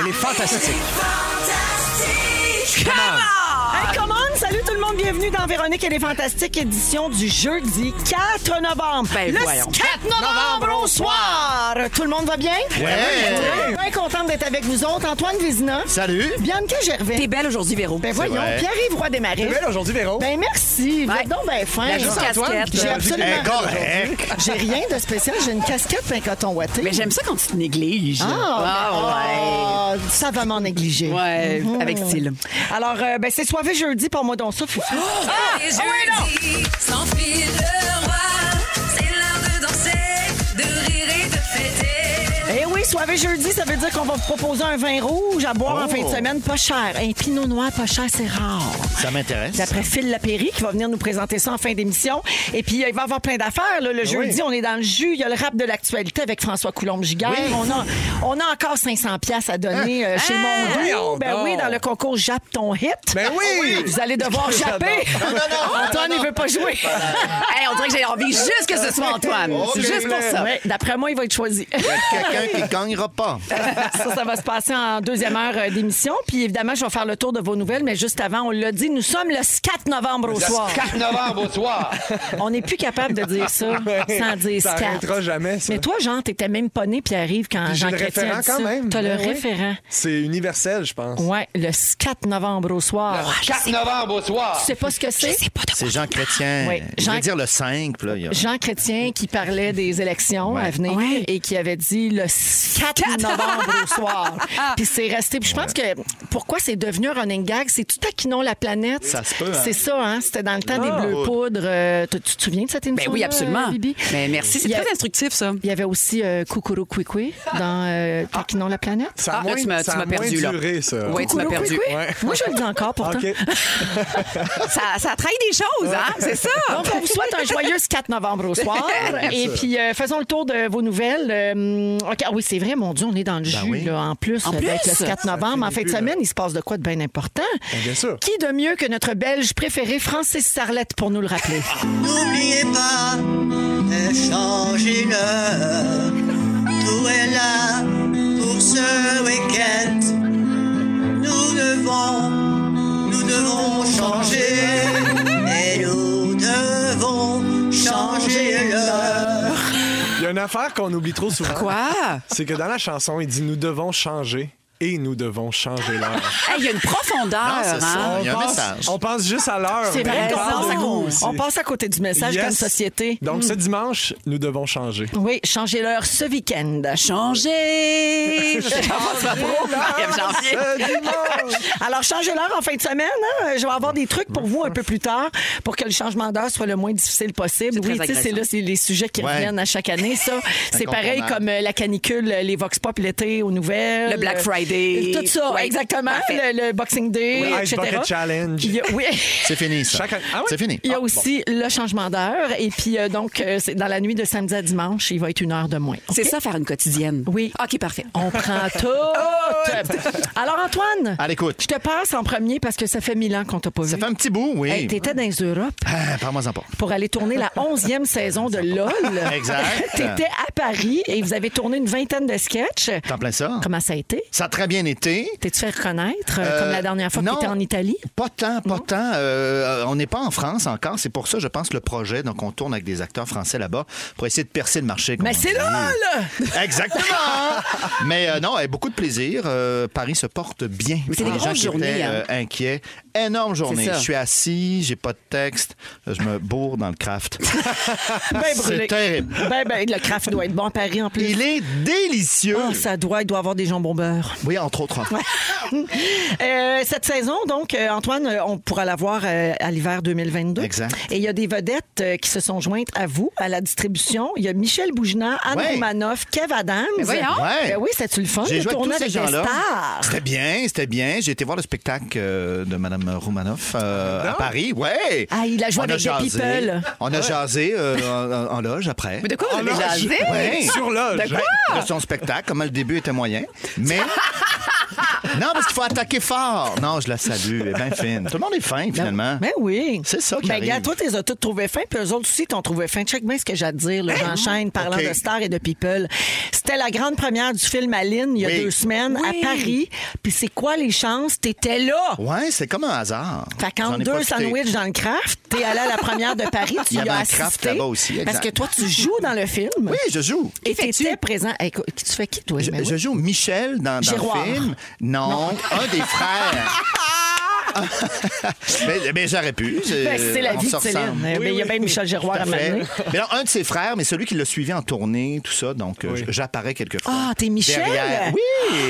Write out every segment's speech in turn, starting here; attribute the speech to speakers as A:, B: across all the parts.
A: Elle est fantastique. Come on.
B: Hey, come on! Salut tout le monde, bienvenue dans Véronique et les Fantastiques, édition du jeudi 4 novembre.
C: Ben,
B: le
C: voyons.
B: 4 novembre au soir! Tout le monde va bien? Ben
A: Ouais.
B: Bien contente d'être avec vous autres. Antoine Vézina.
A: Salut.
B: Bianca Gervais.
C: T'es belle aujourd'hui, Véro.
B: Ben voyons,
A: vrai.
B: Pierre-Yves Roy Desmarais.
A: belle aujourd'hui, Véro.
B: Ben merci, vous
C: Ouais.
B: êtes donc ben fin.
C: La jolie casquette.
B: J'ai absolument...
A: Eh, correct.
B: J'ai rien de spécial, j'ai une casquette d'un coton ouaté. ben,
C: Mais j'aime ça quand tu te négliges. Ah,
B: Ah, ben Mhm. ça va m'en négliger.
C: ouais. Ouais, avec style.
B: Alors, euh, ben, c'est soirée jeudi pour moi, donc ça, Fufu.
D: Oh,
C: Ah, ah oui, non!
E: S'enfile le roi, c'est l'heure de danser, de rire et de fêter.
B: Eh oui, soirée jeudi, ça veut dire qu'on va vous proposer un vin rouge à boire en fin de
C: Oh.
B: semaine, pas cher. Un pinot noir pas cher, c'est rare.
A: Ça m'intéresse.
B: D'après Phil Lapéry, qui va venir nous présenter ça en fin d'émission. Et puis, il va y avoir plein d'affaires.
C: Ah
B: là. Le jeudi, on est dans le jus. Il y a le rap de l'actualité avec François Coulombe-Giguère. On, a, on a encore 500 pièces à donner euh,
C: Hein?
B: chez Mondou. Ben oui, dans le concours Jappe ton hit. Ben oui! Vous allez devoir japper. Antoine, il veut pas jouer.
C: Hey, on dirait que j'ai envie juste que ce soit Antoine. C'est juste pour ça.
B: Ouais, D'après moi, il va être choisi.
F: Quelqu'un qui gagnera pas.
B: ça, ça va se passer en deuxième heure euh, d'émission. Puis évidemment, je vais faire le tour de vos nouvelles, mais juste avant, on l'a dit, nous sommes le 4 novembre au soir.
D: 4 novembre au soir.
B: On n'est plus capable de dire ça sans dire
D: Ça
B: 4.
D: arrêtera jamais, ça.
B: Mais toi, Jean, t'étais même pas né, puis arrive quand
D: Puis j'ai
B: Jean
D: le
B: Chrétien
D: référent
B: a dit
D: quand
B: ça.
D: même.
B: T'as le
D: Ben oui.
B: référent.
D: C'est universel, je pense.
B: Ouais, le 4 novembre au soir. Je
D: 4 novembre au soir.
B: tu sais pas ce que c'est?
F: C'est Jean Chrétien.
B: Oui,
F: Je
B: Jean-
F: vais dire le 5. Puis là, il y a-
B: Jean Chrétien qui parlait des élections à venir
C: Ouais.
B: et qui avait dit le 4 novembre au soir.
C: Ah.
B: Puis c'est resté. Puis je pense que pourquoi c'est devenu un running gag, c'est tout taquinons la planète.
F: Ça se peut, hein. Ah.
B: C'est ça, hein? C'était dans le temps des bleus poudres. Euh, tu tu te souviens de cette
C: Ben
B: émission?
C: oui, absolument. Mais merci, c'est
B: Il y a-
C: très instructif, ça.
B: Il y avait aussi euh, Kukuru Kwikwi dans euh, Taquinons la planète.
D: Ça a
C: Ah, là,
D: moins,
C: tu m'as-
D: ça
C: tu
D: a
C: m'as perdu,
D: moins
C: là.
D: duré, ça.
C: Oui, tu m'as hein.
B: Kukuru
C: perdu.
B: Kwikwi? Moi, je le dis encore pourtant.
D: OK.
C: Ça, ça trahit des choses, hein? C'est ça.
B: Donc, on vous souhaite un joyeux 4 novembre au soir. Et puis, euh, faisons le tour de vos nouvelles. Euh, OK, ah oui, c'est vrai, mon Dieu, on est dans
D: Ben
B: le jus,
F: oui.
B: là, en plus,
C: En
B: avec
C: plus?
B: le 4
D: Ah,
B: novembre. En fin de semaine, il se passe de quoi de bien important?
D: Ben, bien sûr.
B: Qui de mieux que notre Belge préféré, Francis Sarlette, pour nous le rappeler?
D: Ah,
G: N'oubliez pas de changer l'heure. Tout est là pour ce week-end. Nous devons, nous devons changer. Et nous devons changer l'heure.
D: Il y a une affaire qu'on oublie trop souvent.
C: Quoi?
D: C'est que dans la chanson, il dit Nous devons changer et nous devons changer l'heure.
C: Hey, Il y a une profondeur,
F: Non, c'est ça.
C: hein?
F: Il y a un
D: pense-
F: message.
D: On pense juste à l'heure.
B: C'est
D: mais
B: vrai
D: on
B: qu'on
D: parle
B: passe à
D: beaucoup
B: côté-
D: ben, aussi.
B: on passe à côté du message
D: Yes.
B: comme société.
D: Donc,
C: Hmm.
D: ce dimanche, nous devons changer.
B: Oui, changez l'heure ce week-end.
C: Changer. J'aime janvier.
D: Ce dimanche.
B: Alors, changez l'heure en fin de semaine. hein. Je vais avoir des trucs pour vous un peu plus tard pour que le changement d'heure soit le moins difficile possible.
C: C'est
B: Oui,
C: très
B: tu sais, c'est
C: agressant.
B: là, c'est les sujets qui
F: Ouais.
B: reviennent à chaque année, ça. c'est pareil
F: incontournable.
B: comme euh, la canicule, euh, les Vox Pop l'été aux nouvelles.
C: Le Black
B: euh,
C: Friday.
B: Tout ça,
C: Ouais,
B: exactement.
C: parfait.
B: Le, le Boxing Day,
D: Le Ice
B: etc.
D: Bucket Challenge.
B: Il y a- oui.
F: C'est fini, ça.
D: Chaque- Ah oui?
F: C'est fini.
B: Il y
F: Ah,
C: Oh,
B: a
F: bon.
B: aussi le changement d'heure. Et puis, euh, donc, euh, c'est dans la nuit de samedi à dimanche, il va être une heure de moins.
C: C'est ça, faire une quotidienne.
B: Oui.
C: OK, parfait. Oh,
B: On prend tout. Alors, Antoine.
F: À l'écoute.
B: Je te passe en premier parce que ça fait mille ans qu'on t'a pas vu.
F: Ça fait un petit bout, oui.
B: Hey, T'étais dans les Europes
F: Ah, Parle-moi en pas.
B: pour aller tourner la 11e saison de LOL.
F: Exact.
B: T'étais à Paris et vous avez tourné une vingtaine de sketchs.
F: T'en plein ça?
B: Comment ça a été?
F: Ça a très bien été.
B: T'es-tu fait reconnaître euh,
F: Euh,
B: comme la dernière fois que
F: non.
B: t'étais en Italie?
F: Pas tant, pas tant. Euh, on n'est pas en France encore. C'est pour ça, je pense, le projet. Donc, on tourne avec des acteurs français là-bas pour essayer de percer le marché. comme
B: Mais
F: on
B: c'est
F: dit.
B: là, là!
F: Exactement! Mais euh, non, avec beaucoup de plaisir. Euh, Paris se porte bien.
C: Mais c'est des
F: Pour les gens
C: grosses
F: qui
C: journées,
F: étaient,
C: hein.
F: euh, inquiets. Énorme journée.
C: ça.
F: Je suis assis, j'ai pas de texte. Je me bourre dans le craft.
B: Ben brûlé.
F: c'est terrible.
B: Ben, ben, le craft doit être bon à Paris en plus.
F: Il est délicieux.
C: Oh,
B: Ah, ça doit, il doit avoir des jambons beurre.
F: Oui, entre autres.
B: Euh, cette saison, donc, euh, Antoine, euh, on pourra la voir euh, à l'hiver 2022.
F: Exact.
B: Et il y a des vedettes euh, qui se sont jointes à vous, à la distribution. Il y a Michel Boujna, Anne
F: Ouais.
B: Romanoff, Kev Adams.
C: Mais voyons.
F: Ouais.
B: Ben oui, c'était-tu le fun
F: J'ai
B: de
F: joué avec tous
B: tourner
F: ces
B: avec des
F: gens-là.
B: stars?
F: C'était bien, c'était bien. J'ai été voir le spectacle euh, de Mme Roumanoff
D: Ah,
F: euh, à Paris. Ouais.
B: Ah, il a joué
F: On
B: avec des
F: jasé.
B: people.
F: On a jasé euh, en, en- en loge après.
C: Mais de quoi vous
D: En
C: avez
D: loge.
C: jasé?
F: Ouais.
D: Sur loge.
C: De quoi?
F: de son spectacle, comment le début était moyen. Mais. non, parce qu'il faut attaquer fort. Non, je la salue. Elle est bien fine. Tout le monde est fin, finalement.
B: Ben oui.
F: C'est ça qui
B: Ben,
F: arrive.
B: gars, toi, t'es tous trouvé fin, puis eux autres aussi t'ont trouvé fin. Check bien ce que j'ai à te dire, là. J'enchaîne parlant
F: Hein? OK.
B: de stars et de people. C'était la grande première du film Aline, il y a
F: Oui.
B: deux semaines, à Paris. Puis c'est quoi les chances? T'étais là!
F: Ouais, c'est comme un hasard.
B: Fait
F: J'en
B: qu'entre
F: ai
B: deux
F: profité.
B: sandwichs dans le craft, t'es allé à la première de Paris,
F: Il
B: tu
F: y
B: y
F: avait
B: as
F: un Kraft
B: assisté.
F: là-bas aussi, exact.
B: Parce que toi, tu joues dans le film.
F: Oui, je joue.
B: Et t'étais présent. Hey, écoute, tu fais qui, toi?
F: Je,
B: Mais oui.
F: je joue Michel dans, dans
B: Giroir.
F: le film. Non, un des frères. mais mais j'aurais pu.
B: Ben, c'est la
F: on
B: vie
F: se
B: de Céline.
F: ressemble.
B: Mais il y a bien Michel Giroir à
F: Tout à fait.
B: m'amener.
F: Mais non, un de ses frères, mais celui qui l'a suivi en tournée, tout ça. Donc, euh, j'apparais quelquefois.
B: Ah, t'es Michel?
F: Derrière.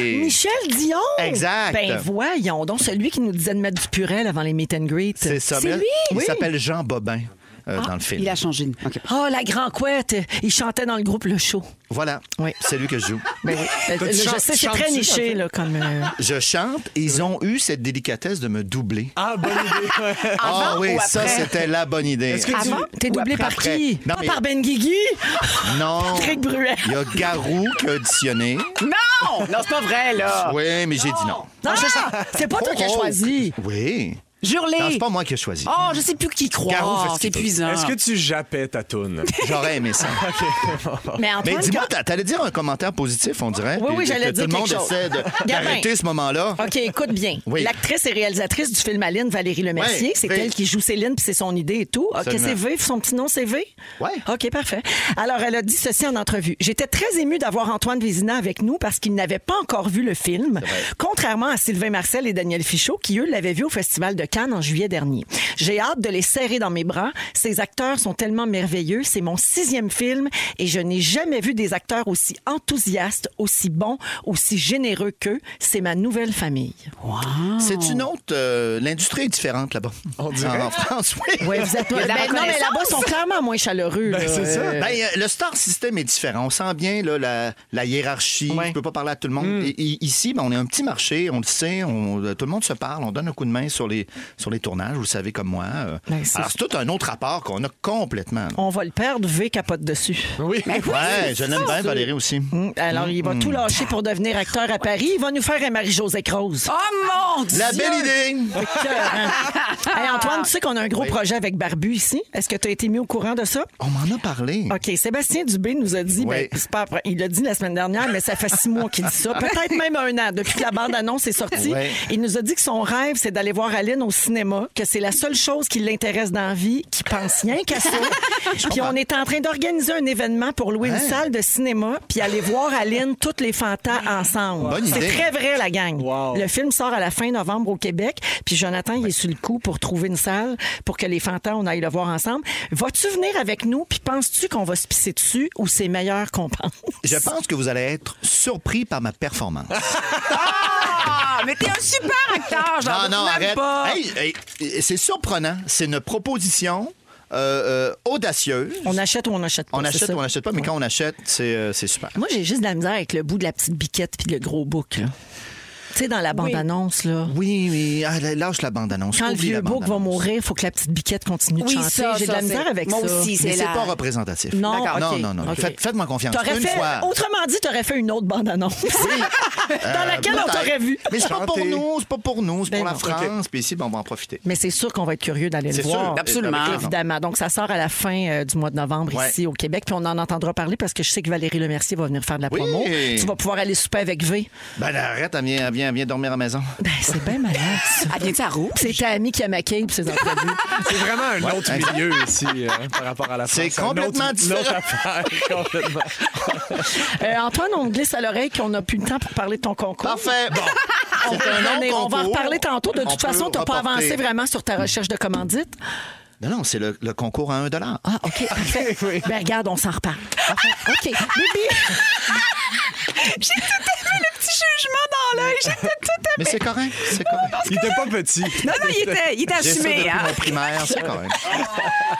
F: Oui!
B: Michel Dion!
F: Exact.
B: Ben voyons donc, celui qui nous disait de mettre du purel avant les meet and greet.
F: C'est ça. mais
B: lui?
F: Il
B: Oui. Ah,
F: s'appelle Jean Bobin euh, dans le film.
C: Il a changé de. OK.
B: Oh, la grand couette! Il chantait dans le groupe Le Show.
F: Voilà.
B: Oui.
F: C'est lui que je joue.
B: Ben oui.
D: Toi, tu
B: je
D: chantes-
B: sais,
D: tu
B: c'est
D: chantes
B: très
D: dessus,
B: niché,
D: en fait.
B: là, comme... euh,
F: Je chante. et Ils ont eu cette délicatesse de me doubler.
D: Ah, bonne idée. Ouais.
F: Ah oui, ça, c'était la bonne idée.
D: Est-ce que tu-
B: Avant, t'es
F: Ah Ou
B: doublé
F: après,
B: par
F: après.
B: qui?
F: Non,
B: Pas
F: mais-
B: par Ben Guigui?
F: Non.
B: Patrick Bruel.
F: Il y a Garou qui a auditionné.
C: Non! Non, c'est pas vrai, là.
F: Oui, mais j'ai dit non.
B: Non, c'est pas toi qui as
F: Oh, oh.
B: choisi.
F: Oui. Non,
C: Jurlé.
F: c'est pas moi qui ai choisi.
C: Oh, je sais plus qui
F: Garou fait
C: croire.
F: ce
C: C'est
F: qu'il veut.
C: épuisant.
D: Est-ce que tu jappais ta toune?
F: J'aurais aimé ça.
B: Mais
F: Mais
B: Antoine,
F: dis-moi, t'a- t'allais dire un commentaire positif, on dirait.
B: Oui, oui,
F: puis que
B: j'allais dire
F: Tout le monde
B: quelque chose.
F: essaie de-
B: Gabin.
F: d'arrêter ce moment-là.
B: OK, écoute bien.
F: Ah. Oui.
B: L'actrice et réalisatrice du film Aline, Valérie Lemercier,
F: Ouais,
B: c'est
F: oui.
B: elle qui joue Céline, puis c'est son idée et tout. Ah, OK,
F: Absolument.
B: c'est V, son petit nom, c'est V?
F: Ouais.
B: OK, parfait. Alors, elle a dit ceci en entrevue. J'étais très émue d'avoir Antoine Vézina avec nous parce qu'il n'avait pas encore vu le film, contrairement à Sylvain Marcel et Daniel Fichot, qui, eux, l'avaient vu au Festival de Cannes en juillet dernier. J'ai hâte de les serrer dans mes bras. Ces acteurs sont tellement merveilleux. C'est mon sixième film et je n'ai jamais vu des acteurs aussi enthousiastes, aussi bons, aussi généreux qu'eux. C'est ma nouvelle famille. Ah.
F: C'est une autre. euh, L'industrie est différente là-bas. On dirait. En France, oui.
B: Ouais, vous êtes.
C: y a de
B: Ben
C: la
B: non, mais
C: reconnaissance.
B: là-bas, ils sont clairement moins chaleureux. là.
D: c'est ça.
F: Ben, euh, le star system est différent. On sent bien là, la, la hiérarchie.
B: Ouais. Hmm.
F: Tu peux pas parler à tout le monde. Et- et- ici, ben, on est un petit marché, on le sait, on- euh, tout le monde se parle, on donne un coup de main sur les, sur les tournages, vous le savez comme moi. euh.
B: Ben, c'est-
F: Alors, c'est tout un autre rapport qu'on a complètement. là.
B: On va le perdre, V capote dessus.
D: Oui.
F: Ouais, je l'aime bien, Valérie aussi.
B: Hum, Alors, il va tout lâcher pour devenir acteur à Paris. Il va nous faire un Marie-Josée Croze.
C: Oh mon Dieu!
F: La belle idée!
B: Hey, Antoine, tu sais qu'on a un gros projet avec Barbu ici. Est-ce que tu as été mis au courant de ça?
F: On m'en a parlé.
B: OK, Sébastien Dubé nous a dit,
F: Oui.
B: ben, c'est pas après- il l'a dit la semaine dernière, mais ça fait six mois qu'il dit ça, peut-être même un an, depuis que la bande-annonce est sortie.
F: Oui.
B: Il nous a dit que son rêve, c'est d'aller voir Aline au cinéma, que c'est la seule chose qui l'intéresse dans la vie, qu'il pense rien qu'à ça. puis on est en train d'organiser un événement pour louer
F: Ouais.
B: une salle de cinéma, puis aller voir Aline, toutes les fantas ensemble.
F: Bonne
B: C'est
F: idée.
B: très vrai, la gang.
D: Wow.
B: Le film sort à la fin novembre au Québec, puis Jonathan, il est sur le coup pour trouver une salle pour que les fantas, on aille le voir ensemble. Vas-tu venir avec nous, puis penses-tu qu'on va se pisser dessus ou c'est meilleur qu'on pense?
F: Je pense que vous allez être surpris par ma performance.
C: Ah, mais t'es un super acteur, j'en
F: Non,
C: doute
F: non,
C: même
F: arrête.
C: pas.
F: Hey, hey, c'est surprenant. C'est une proposition euh, euh, audacieuse.
B: On achète ou on achète pas?
F: On
B: c'est
F: achète
B: ça?
F: ou on n'achète pas, mais quand on achète, c'est euh, c'est super.
B: Moi, j'ai juste de la misère avec le bout de la petite biquette puis le gros bouc. là. Tu sais, dans la bande-annonce, là.
F: Oui, oui. Ah, là, lâche la bande-annonce.
B: Quand le
F: Oublie la
B: vieux bouc va
F: bande-annonce.
B: mourir, il faut que la petite biquette continue de
C: Oui,
B: chanter.
C: ça,
B: J'ai de la
C: ça,
B: misère
C: c'est-
B: avec
C: moi
B: ça.
C: aussi,
F: Mais
C: C'est
F: c'est
C: la-
F: pas représentatif.
B: Non,
F: non,
B: ok.
F: non, non.
B: Ok.
F: Faites- Faites-moi confiance.
B: T'aurais
F: Une
B: fait,
F: fois.
B: autrement dit, t'aurais fait une autre bande-annonce. dans laquelle on
F: Euh, peut-être.
B: t'aurait vu.
F: Mais c'est pas pour
D: Chanter.
F: nous, c'est pas pour nous, c'est
B: Ben
F: pour la
B: non.
F: France. Puis ici, ben, on va en profiter.
B: Mais c'est sûr qu'on va être curieux d'aller le
F: C'est
B: voir.
F: sûr.
C: absolument.
F: Avec raison.
B: Évidemment. Donc, ça sort à la fin euh, du mois de novembre
F: Ouais.
B: ici au Québec. Puis on en entendra parler parce que je sais que Valérie Lemercier va venir faire de la
F: Oui.
B: promo. Tu vas pouvoir aller souper avec V.
F: Ben, arrête, elle vient, elle vient- elle vient dormir à la maison.
B: Ben, c'est bien malade. ça.
C: Elle vient de sa roue.
B: C'est ta amie qui a maquillé pour ses entrevues.
D: C'est vraiment un autre milieu ici hein, par rapport à la France.
F: C'est
D: un
F: complètement
D: autre-
F: différent.
D: L'autre affaire, complètement.
B: Euh, Antoine, on me glisse à l'oreille qu'on n'a plus le temps pour parler de ton concours.
F: Parfait. Bon.
B: On,
F: C'est un long
B: on va en
F: concours.
B: reparler tantôt. De
F: On
B: toute
F: peut
B: façon, tu n'as pas
F: reporter.
B: avancé vraiment sur ta recherche de commandite.
F: Non, non, c'est le, le concours à 1
B: Ah, OK, parfait. Ben, regarde, on s'en reparle. OK. Bibi,
C: J'ai tout aimé le petit jugement dans l'œil j'étais tout à
F: Mais c'est correct, c'est correct.
D: Il était pas petit.
C: Non, non, il était, il était
F: J'ai ça
C: assumé.
F: depuis
C: hein.
F: mon primaire, c'est correct.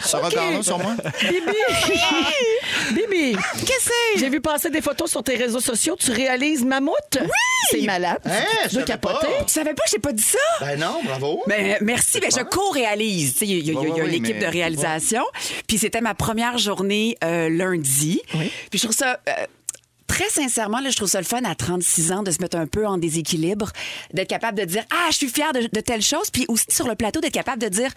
F: Ce regard-là sur moi?
B: Bibi! Bibi!
C: Qu'est-ce que c'est?
B: J'ai vu passer des photos sur tes réseaux sociaux. Tu réalises Mammouth? Oui! C'est malade.
F: Hein, je
B: tu dois
F: savais pas.
B: capoter.
C: Tu savais pas, j'ai pas dit ça?
F: Ben non, bravo.
C: Ben, merci, ben, je co-réalise. Tu sais, Il y a, il y a-
F: Ouais,
C: il y a
F: ouais,
C: l'équipe
F: mais-
C: de réalisation. Puis c'était ma première journée euh, lundi. Puis je trouve ça. euh, Très sincèrement, là, je trouve ça le fun à 36 ans de se mettre un peu en déséquilibre, d'être capable de dire Ah, je suis fière de, de telle chose. Puis aussi sur le plateau, d'être capable de dire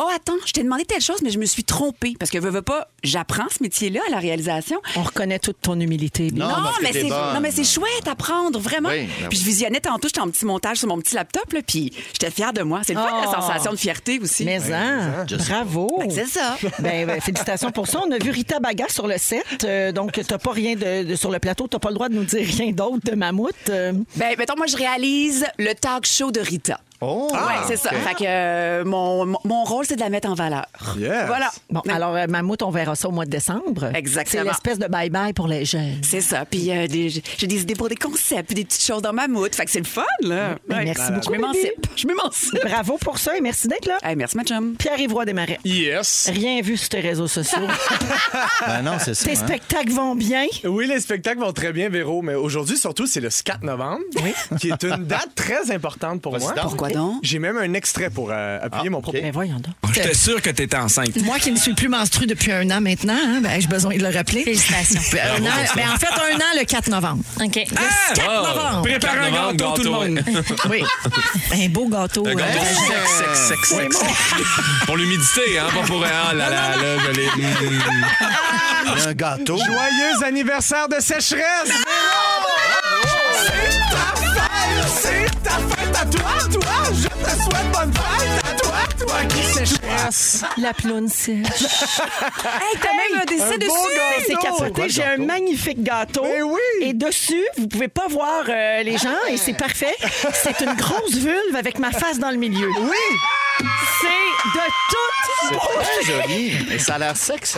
C: Oh, attends, je t'ai demandé telle chose, mais je me suis trompée. Parce que veux, veux pas, j'apprends ce métier-là à la réalisation.
B: On reconnaît toute ton humilité. Bibi.
F: Non,
C: Non,
F: parce que
C: mais
F: t'es
C: c'est
F: bonne.
C: non, mais c'est chouette à prendre, vraiment.
F: Oui, ben
C: puis je visionnais tantôt, j'étais en petit montage sur mon petit laptop, là, puis j'étais fière de moi. C'est le fun,
B: Oh.
C: la sensation de fierté aussi.
B: Mais hein, bravo!
C: Fait que C'est ça.
B: Ben, ben, félicitations pour ça. On a vu Rita Baga sur le set, euh, donc t'as pas rien de, de- sur le plateau, t'as pas le droit de nous dire rien d'autre de Mammouth. euh.
C: Ben, mettons, moi, je réalise le talk show de Rita.
F: Oh,
C: ouais, c'est ça. Fait que euh, mon, mon- mon rôle, c'est de la mettre en valeur.
D: Yes.
C: Voilà.
B: Bon, alors euh, Mammouth, on verra ça au mois de décembre.
C: Exactement.
B: C'est l'espèce de bye-bye pour les jeunes.
C: C'est ça. Puis euh, des- j'ai des idées pour des concepts, puis des petites choses dans ma moute. Fait que c'est le fun, là.
B: Ben, merci beaucoup,
C: Je m'émancipe.
B: bébé.
C: Je m'émancipe.
B: Bravo pour ça et merci d'être là.
C: hey, merci, ma chum.
B: Pierre-Yvroy Desmarais.
D: Yes.
B: Rien vu sur tes réseaux sociaux.
F: Ben non, c'est ça.
B: tes
F: hein.
B: spectacles vont bien.
D: Oui, les spectacles vont très bien, Véro, mais aujourd'hui, surtout, c'est le 4 novembre, qui est une date très importante pour
F: Vas-y
D: moi.
F: donc.
C: Pourquoi donc?
D: J'ai même un extrait pour euh, appuyer
F: Ah,
D: mon propos.
B: Mais Ben, voyons donc.
H: J'étais sûr que t'étais enceinte.
I: Moi qui ne suis plus menstruée depuis un an maintenant, hein, ben, j'ai besoin de le rappeler.
J: Félicitations.
I: Ben, un an, ben, en fait, un an le 4 novembre.
J: OK.
H: Ah!
I: 4
H: Oh!
I: novembre.
H: Prépare un Novembre, gâteau, tout le gâteau, monde.
I: Oui. Un beau gâteau.
H: Un
I: euh,
H: gâteau
I: vagin.
H: sec, sec, sec, sec, sec. Pour l'humidité, hein, pas pour... Ah là là, là, je l'ai... Mm.
F: Il y a un gâteau.
D: Joyeux anniversaire de sécheresse! C'est ta fête! C'est ta fête à toi, toi! Je te souhaite bonne fête à toi, toi qui sécheresse!
B: La ploune sèche.
C: Hey, t'as même un dessin
D: un
C: dessus!
D: beau gâteau.
B: C'est
F: quoi
B: capoté.
F: le
B: J'ai un
F: gâteau?
B: magnifique gâteau.
D: Mais oui!
B: Et dessus, vous pouvez pas voir euh, les gens et c'est parfait. C'est une grosse vulve avec ma face dans le milieu.
D: Oui!
B: C'est de toute
F: Très joli. Et ça a l'air sexe.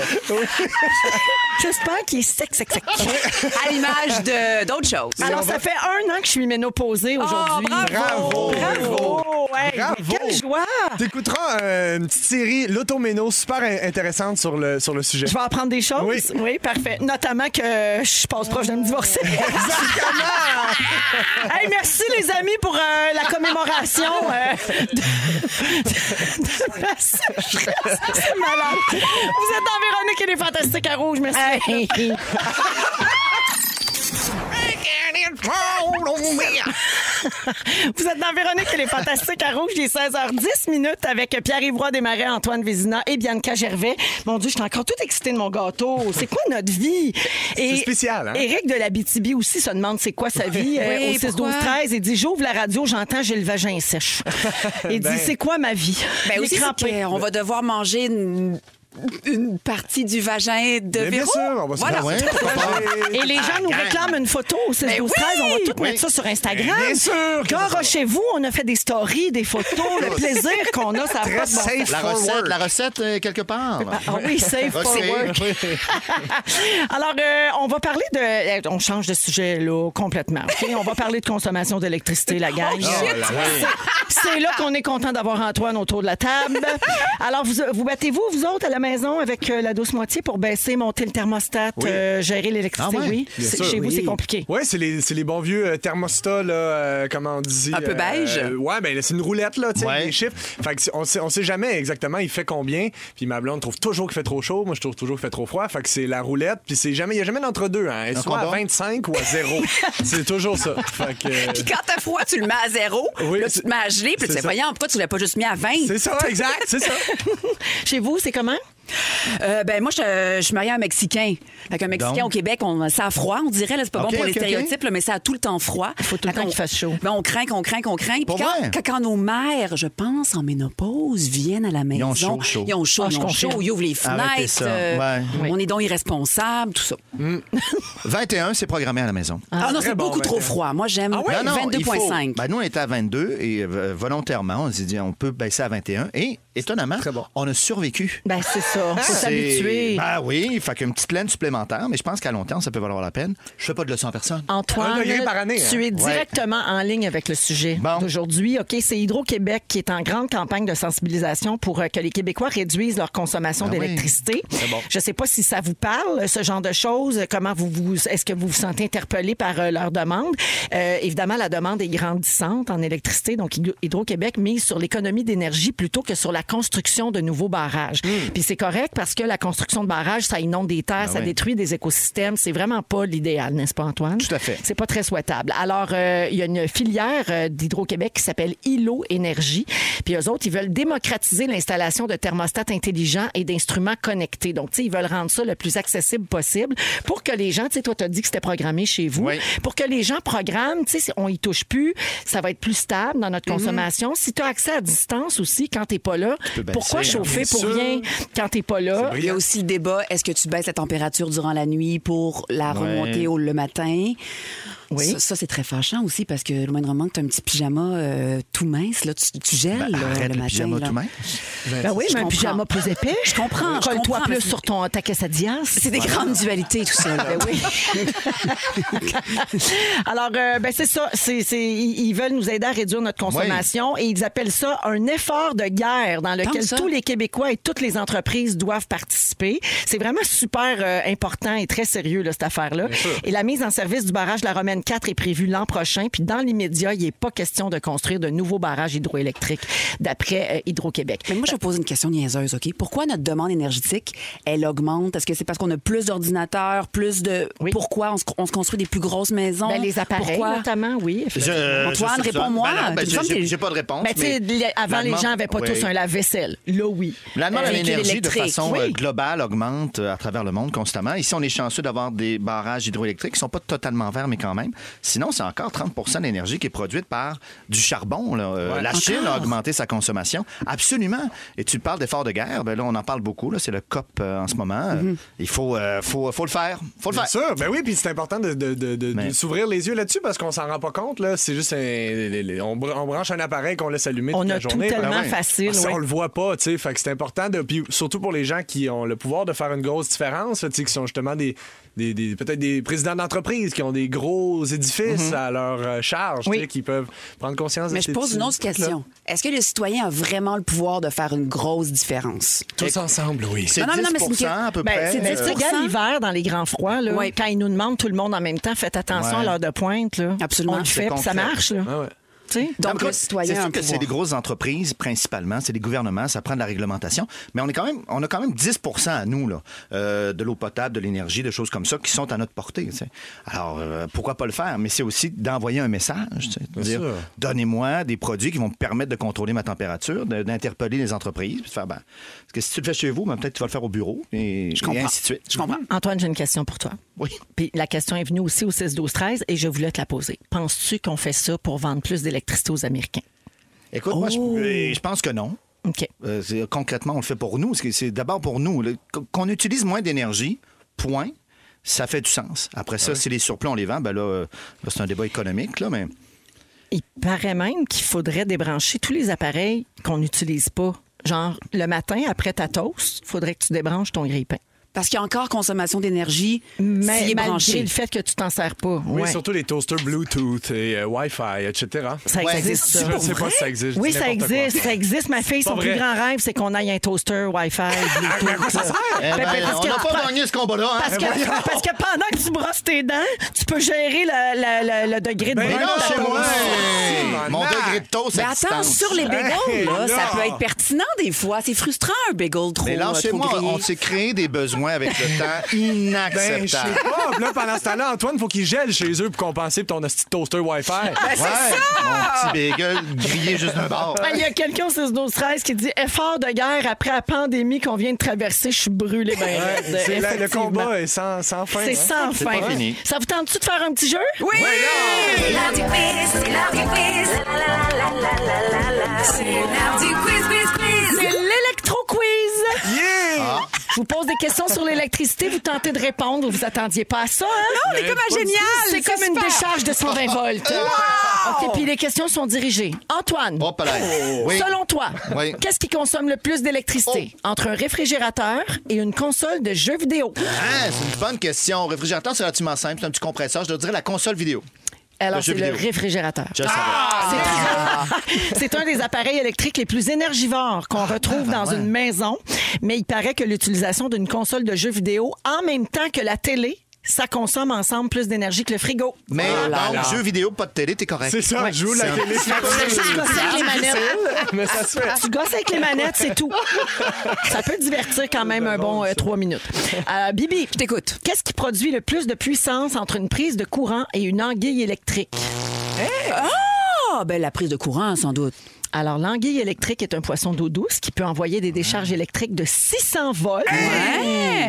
B: J'espère qu'il est sec, sec, sec.
C: À l'image de- d'autres choses.
B: Alors, ça fait un an que je suis ménopausée aujourd'hui.
D: bravo!
B: Bravo! Hey,
D: Bravo!
B: mais Quelle joie!
D: T'écouteras euh, une petite série, l'automéno, super in- intéressante sur le, sur le sujet.
B: Je vais apprendre des choses.
D: Oui.
B: parfait. Notamment que je passe proche de me divorcer. hey, merci les amis pour euh, la commémoration euh, de, de la sécheresse. C'est malade. Vous êtes dans Véronique et les Fantastiques à Rouge. Merci. Vous êtes dans Véronique et les Fantastiques à Rouge, il est 16h10 minutes avec Pierre-Yves Roy Desmarais, Antoine Vézina et Bianca Gervais. Mon Dieu, je suis encore toute excitée de mon gâteau. C'est quoi notre vie? C'est
D: spécial, hein?
B: Éric de la BTB aussi se demande c'est quoi sa vie euh,
C: Oui,
B: au 6 12 13 et dit j'ouvre la radio, j'entends j'ai le vagin sèche. Et dit
D: Ben.
B: c'est quoi ma vie
C: Ben
B: Il est
C: aussi,
B: crampé.
C: on va devoir manger une, une partie du vagin de
D: Mais bien
C: Véro.
D: sûr, on va se
C: Voilà.
D: faire-
F: Ouais, pourquoi pas?
B: Et les
D: Ah,
B: gens nous réclament une photo au 6 12 13 On va tout mettre ça sur Instagram.
D: Ben Bien sûr que-
B: Garochez-vous, on a fait des stories, des photos, le plaisir qu'on a, ça a pas de bon sens.
D: safe
F: La
D: forward.
F: recette, la recette est quelque part. là.
B: Ah oui, safe for
F: Ok.
B: work. Alors, euh, on va parler de. euh, On change de sujet, là, complètement. OK? On va parler de consommation d'électricité, Ah, la
D: Oh,
B: gang. C'est- C'est là qu'on est content d'avoir Antoine autour de la table. Alors, vous, vous battez-vous, vous autres, à la maison, avec euh, la douce moitié pour baisser, monter le thermostat, euh, gérer l'électricité?
F: Ah ouais,
B: oui.
D: bien
B: C'est-
D: sûr.
B: Chez vous,
D: Oui.
B: c'est compliqué.
D: Ouais, c'est les, c'est les bons vieux euh, thermostats, là, euh, comment on dit.
C: Un peu
D: euh,
C: beige.
D: ouais, ben c'est une roulette, là, tu sais,
F: Ouais.
D: les chiffres. Fait que c'est- on sait, on sait jamais exactement il fait combien. Puis ma blonde trouve toujours qu'il fait trop chaud. Moi, je trouve toujours qu'il fait trop froid. Fait que c'est la roulette. Puis c'est jamais, il n'y a jamais d'entre-deux, hein. Elle est
F: Un
D: soit à
F: combat.
D: 25 ou à 0. c'est toujours ça. Fait que. euh,
C: Puis quand t'as froid, tu le mets à zéro.
D: Oui,
C: là, tu te
D: c'est-
C: mets à geler. Puis tu
D: c'est
C: te dis,
D: ça.
C: voyons, pourquoi tu l'as pas juste mis à 20?
D: c'est ça, exact, c'est ça.
B: Chez vous, c'est comment?
C: Euh, ben, moi, je, je suis mariée à un Mexicain. Fait qu'un Mexicain
F: Donc?
C: au Québec, on, ça a froid, on dirait. là, C'est pas
F: Ok,
C: bon pour les
F: ok, ok.
C: stéréotypes, là, mais ça a tout le temps froid.
B: Faut tout le
C: Fait
B: temps
C: qu'on-
B: qu'il fasse chaud.
C: Ben, on craint, qu'on craint, qu'on craint. Puis
F: Pour
C: quand,
F: vrai?
C: quand, quand nos mères, je pense, en ménopause, viennent à la maison,
F: ont chaud, chaud.
C: Ils ont chaud,
B: Ah,
C: ils
B: je
C: ont chaud,
B: confirme.
C: ils ouvrent les
F: Arrêtez
C: fenêtres. euh,
F: ça, ouais.
C: On est donc irresponsables, tout ça.
B: Ah.
F: 21, c'est programmé à la maison.
C: Ah, non,
D: très
C: c'est
D: bon,
C: beaucoup trop
D: 21.
C: froid. Moi, j'aime
F: Ah Non, non, il faut-
C: 22,5.
F: Ben, nous, on était à 22 et euh, volontairement, on s'est dit on peut baisser à 21 et étonnamment, on a survécu.
B: Ben, c'est ça. Faut s'habituer.
F: Ben oui, fait qu'une petite laine supplémentaire, mais je pense qu'à long terme, ça peut valoir la peine. Je fais pas de leçon à personne.
B: Antoine,
I: hein.
B: tu
F: Ouais.
B: es directement en ligne avec le sujet d'aujourd'hui. OK, c'est Hydro-Québec qui est en grande campagne de sensibilisation pour euh, que les Québécois réduisent leur consommation
I: Ah oui.
B: d'électricité.
I: C'est bon.
B: Je ne sais pas si ça vous parle, ce genre de choses. Comment vous, vous est-ce que vous vous sentez interpellé par euh, leur demande? Euh, évidemment, la demande est grandissante en électricité. Donc, Hydro- Hydro-Québec mise sur l'économie d'énergie plutôt que sur la construction de nouveaux barrages. Puis c'est correct parce que la construction de barrages, ça inonde des terres, ça
I: Hmm. Ah oui.
B: détruit des écosystèmes. C'est vraiment pas l'idéal, n'est-ce pas, Antoine? Tout à fait. C'est pas très souhaitable. Alors, euh, il y a une filière euh, d'Hydro-Québec qui s'appelle ILO Énergie. Puis eux autres, ils veulent démocratiser l'installation de thermostats intelligents et d'instruments connectés. Donc, tu sais, ils veulent rendre ça le plus accessible possible pour que les gens, tu sais, toi, t'as dit que c'était programmé chez vous. Pour que les gens programment, tu sais, si on y touche plus, ça va être plus stable dans notre
I: Mhm.
B: consommation. Si tu as accès à distance aussi quand t'es pas là,
I: Tu peux
B: pourquoi
I: baisser, hein,
B: chauffer
I: bien
B: pour
I: sûr.
B: rien quand t'es pas là?
C: Il y a aussi le débat, est-ce que tu baisses la température durant la nuit pour la
B: Ouais.
C: remonter au, le matin?
B: Oui.
C: Ça, ça, c'est très fâchant aussi parce que loin de moment que tu as un petit pyjama euh, tout mince, là, tu, tu gèles là, le matin. là.
B: Ben, oui,
C: Je
B: mais un
C: comprends.
B: pyjama plus épais. Je
C: comprends, je
B: Colle-toi
C: comprends,
B: plus
C: mais c'est-
B: sur ton ta caisse à dias.
C: C'est des grandes dualités, tout ça. là.
B: Ben oui. Alors, euh, ben c'est ça. C'est- c'est- ils ils veulent nous aider à réduire notre consommation et ils appellent ça un effort de guerre dans
I: Tant
B: lequel
I: ça.
B: tous les Québécois et toutes les entreprises doivent participer. C'est vraiment super euh, important et très sérieux, là, cette affaire-là.
I: Bien sûr.
B: Et la mise en service du barrage La Romaine 4 est prévue l'an prochain. Puis dans l'immédiat, il n'est pas question de construire de nouveaux barrages hydroélectriques d'après euh, Hydro-Québec.
C: Mais moi, je vais poser une question niaiseuse, OK? Pourquoi notre demande énergétique, elle augmente? Est-ce que c'est parce qu'on a plus d'ordinateurs, plus de. Pourquoi on se, on se construit des plus grosses maisons?
B: Ben, les appareils,
C: Pourquoi?
B: notamment, oui.
F: Je-
C: Antoine,
F: je sais
C: réponds-moi.
F: ça. Ben non, ben,
C: Tu me
F: j'ai-
C: sembles
F: j'ai-
C: que-
F: j'ai pas de réponse,
B: Ben, tu
F: mais
B: sais, les- avant,
F: la
B: les
F: demande-
B: gens n'avaient pas
F: oui.
B: tous un lave-vaisselle. Là, oui.
F: La demande à
B: Véhicule
F: l'énergie de
B: électrique,
F: façon
B: Euh, oui.
F: euh, globale augmente euh, à travers le monde constamment. Ici, on est chanceux d'avoir des barrages hydroélectriques qui ne sont pas totalement verts, mais quand même. Sinon, c'est encore 30 de l'énergie qui est produite par du charbon. là. Euh,
K: Ouais.
F: La Chine a
K: Encore?
F: augmenté sa consommation. Absolument. Et tu parles d'efforts de guerre. Ben là, on en parle beaucoup. là. C'est le COP euh, en ce moment. Euh, Il faut, euh, faut, faut le faire. faut le
D: Bien
F: faire.
D: sûr, ben oui, puis c'est important de, de- de- de- de s'ouvrir les yeux là-dessus parce qu'on s'en rend pas compte. Là. C'est juste, un- on, br- on branche un appareil qu'on laisse allumer
B: On
D: toute
B: a
D: la
B: tout
D: journée.
B: tellement
D: Ben ouais.
B: facile,
D: Ah, ça,
B: ouais.
D: On le voit pas, tu sais. Fait que c'est important, de, puis surtout pour les gens qui ont le pouvoir de faire une grosse différence, là, tu sais, qui sont justement des, des- des- peut-être des présidents d'entreprise qui ont des gros édifices
B: Mm-hmm.
D: à leur euh, charge, tu sais, qui peuvent prendre conscience
C: Mais
D: de
C: je
D: ces
C: pose une
D: petits
C: autre
D: trucs-là.
C: question. Est-ce que le citoyen a vraiment le pouvoir de faire une grosse différence?
D: Tous ensemble, oui.
C: Non, non, non, mais c'est une question- Ben, c'est
B: Mais tu
C: 10%.
B: regardes l'hiver dans les grands froids, là,
C: Ouais.
B: quand ils nous demandent tout le monde en même temps, faites attention
F: Ouais.
B: à l'heure de pointe. Là.
C: Absolument.
B: On le fait,
F: C'est
B: puis ça
F: concret.
B: marche. Là.
D: Ah
B: Tu sais?
F: Non, mais C'est sûr que c'est des grosses entreprises principalement, c'est des gouvernements, ça prend de la réglementation, mais on est quand même, on a quand même 10 à nous là, euh, de l'eau potable, de l'énergie, de choses comme ça qui sont à notre portée. tu sais. Alors euh, pourquoi pas le faire Mais c'est aussi d'envoyer un message, tu sais, de
D: Bien
F: dire
D: sûr.
F: donnez-moi des produits qui vont me permettre de contrôler ma température, de- d'interpeller les entreprises, puis de faire ben, parce que si tu le fais chez vous, ben, peut-être tu vas le faire au bureau et, et ainsi de suite.
B: Antoine, j'ai une question pour toi.
F: Oui.
B: Puis la question est venue aussi au 6-12-13 et je voulais te la poser. Penses-tu qu'on fait ça pour vendre plus d'électricité aux Américains?
F: Écoute, moi, je,
D: Oh.
F: euh, je pense que non.
B: OK.
F: Euh, c'est- concrètement, on le fait pour nous. C'est- C'est d'abord pour nous. là. Qu- Qu'on utilise moins d'énergie, point, ça fait du sens. Après ça, si les surplus, on les vend, ben là, euh, là, c'est un débat économique, là, mais...
B: Il paraît même qu'il faudrait débrancher tous les appareils qu'on n'utilise pas. Genre, le matin, après ta toast, faudrait que tu débranches ton grille-pain.
C: Parce qu'il y a encore consommation d'énergie s'il
B: Mais
C: est
B: malgré
C: branché.
B: le fait que tu t'en sers pas.
D: Oui,
B: Ouais.
D: surtout les toasters Bluetooth et euh, Wi-Fi, etc.
B: Ça existe. ça.
D: Je sais pas si ça existe.
B: Oui,
D: je dis
B: ça
D: n'importe quoi.
B: existe. Ça existe. Ma fille,
D: C'est
B: son
D: pas
B: plus
D: vrai. Ah,
B: grand rêve, c'est qu'on aille un toaster Wi-Fi. Bluetooth,
D: mais à quoi ça
B: là.
D: sert?
F: Eh
B: Ben,
F: ben,
B: ben, parce
F: on
B: que-
F: n'a pas gagné ce combat-là, hein.
B: Parce
F: Ben
B: que,
F: voyons.
B: parce que pendant que tu brosses tes dents, tu peux gérer le, le- le- le degré de
F: Ben
B: brûlure
F: non,
B: de ta
F: chez
B: peau.
F: moi, hey, mon degré de toast,
C: Mais
F: à
C: attends,
F: distance.
C: sur les bagels,
F: Hey,
C: là, ça
F: là.
C: peut être pertinent des fois. C'est frustrant, un bagel trop,
F: Mais
C: euh, trop
F: lâchez-moi,
C: grillé.
F: on s'est créé des besoins avec le temps
D: Ben, je sais
F: inacceptables.
D: pas. Puis Là, pendant ce temps-là, Antoine, faut qu'il gèle chez eux pour compenser pour ton hostie de toaster Wi-Fi.
F: c'est ça! Mon petit bagel grillé juste d'un bord.
B: Ah, Il y a quelqu'un au 6 12 13 qui dit effort de guerre après la pandémie qu'on vient de traverser, je suis brûlé ben
D: Ouais,
B: raide.
D: c'est la- le
B: Effectivement.
D: combat est sans, sans fin.
B: C'est
D: hein.
B: sans
D: C'est
B: fin.
D: pas fini.
B: Ça vous tente-tu de faire un petit jeu?
E: Oui! C'est l'heure du quiz, c'est l'heure du quiz. La, la, la, la, la, la, la. C'est l'heure du quiz, quiz, quiz.
B: C'est l'électro-quiz!
D: Yeah!
B: Je vous pose des questions sur l'électricité, vous tentez de répondre, vous vous attendiez pas à ça. hein?
C: Non, mais Ben, comment pas du génial, tout.
B: C'est
C: c'est
B: comme une
C: super.
B: décharge de 120 volts.
C: Wow!
B: OK, puis les questions sont dirigées. Antoine,
F: là. Oh, Oui.
B: selon toi,
F: Oui. Oh.
B: qu'est-ce qui consomme le plus d'électricité entre un réfrigérateur et une console de jeux vidéo?
F: Ah, c'est une bonne question. Réfrigérateur, c'est relativement simple. C'est un petit compresseur. Je dois dire la console vidéo.
B: Alors,
F: Le
B: c'est
F: jeu
B: le
F: vidéo.
B: réfrigérateur.
F: Je le savais. Ah.
B: C'est un des appareils électriques les plus énergivores qu'on retrouve
F: ben,
B: dans une maison, mais il paraît que l'utilisation d'une console de jeux vidéo en même temps que la télé, ça consomme ensemble plus d'énergie que le frigo.
F: Mais
B: Ah.
F: donc,
D: là.
F: jeu vidéo, pas de télé, t'es correct.
D: C'est ça,
F: Ouais.
D: je joue la
F: C'est-
D: télé.
F: c'est-
B: Tu gosses avec les manettes.
D: Mais ça se fait.
B: Tu gosses avec les manettes, c'est tout. Ça peut divertir quand même un bon euh, trois minutes. Euh, Bibi, je t'écoute. Qu'est-ce qui produit le plus de puissance entre une prise de courant et une anguille électrique?
C: Ah, ben la prise de courant, sans doute.
B: Alors, l'anguille électrique est un poisson d'eau douce qui peut envoyer des décharges électriques de 600 volts,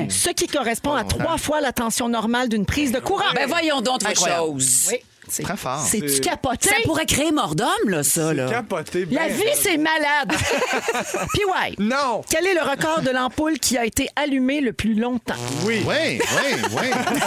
B: ce qui correspond à trois fois la tension normale d'une prise de courant.
C: Ben voyons donc votre
B: Ah, Incroyable.
C: chose.
B: Oui, Ah, c'est
F: Très fort.
B: C'est-tu capoté?
C: Ça pourrait créer mort d'homme, là, ça, là.
D: Capoté.
B: La
D: ben.
B: vie, c'est malade! PY,
D: Non.
B: quel est le record de l'ampoule qui a été allumée le plus longtemps?
D: Oui.
F: Oui, oui, oui.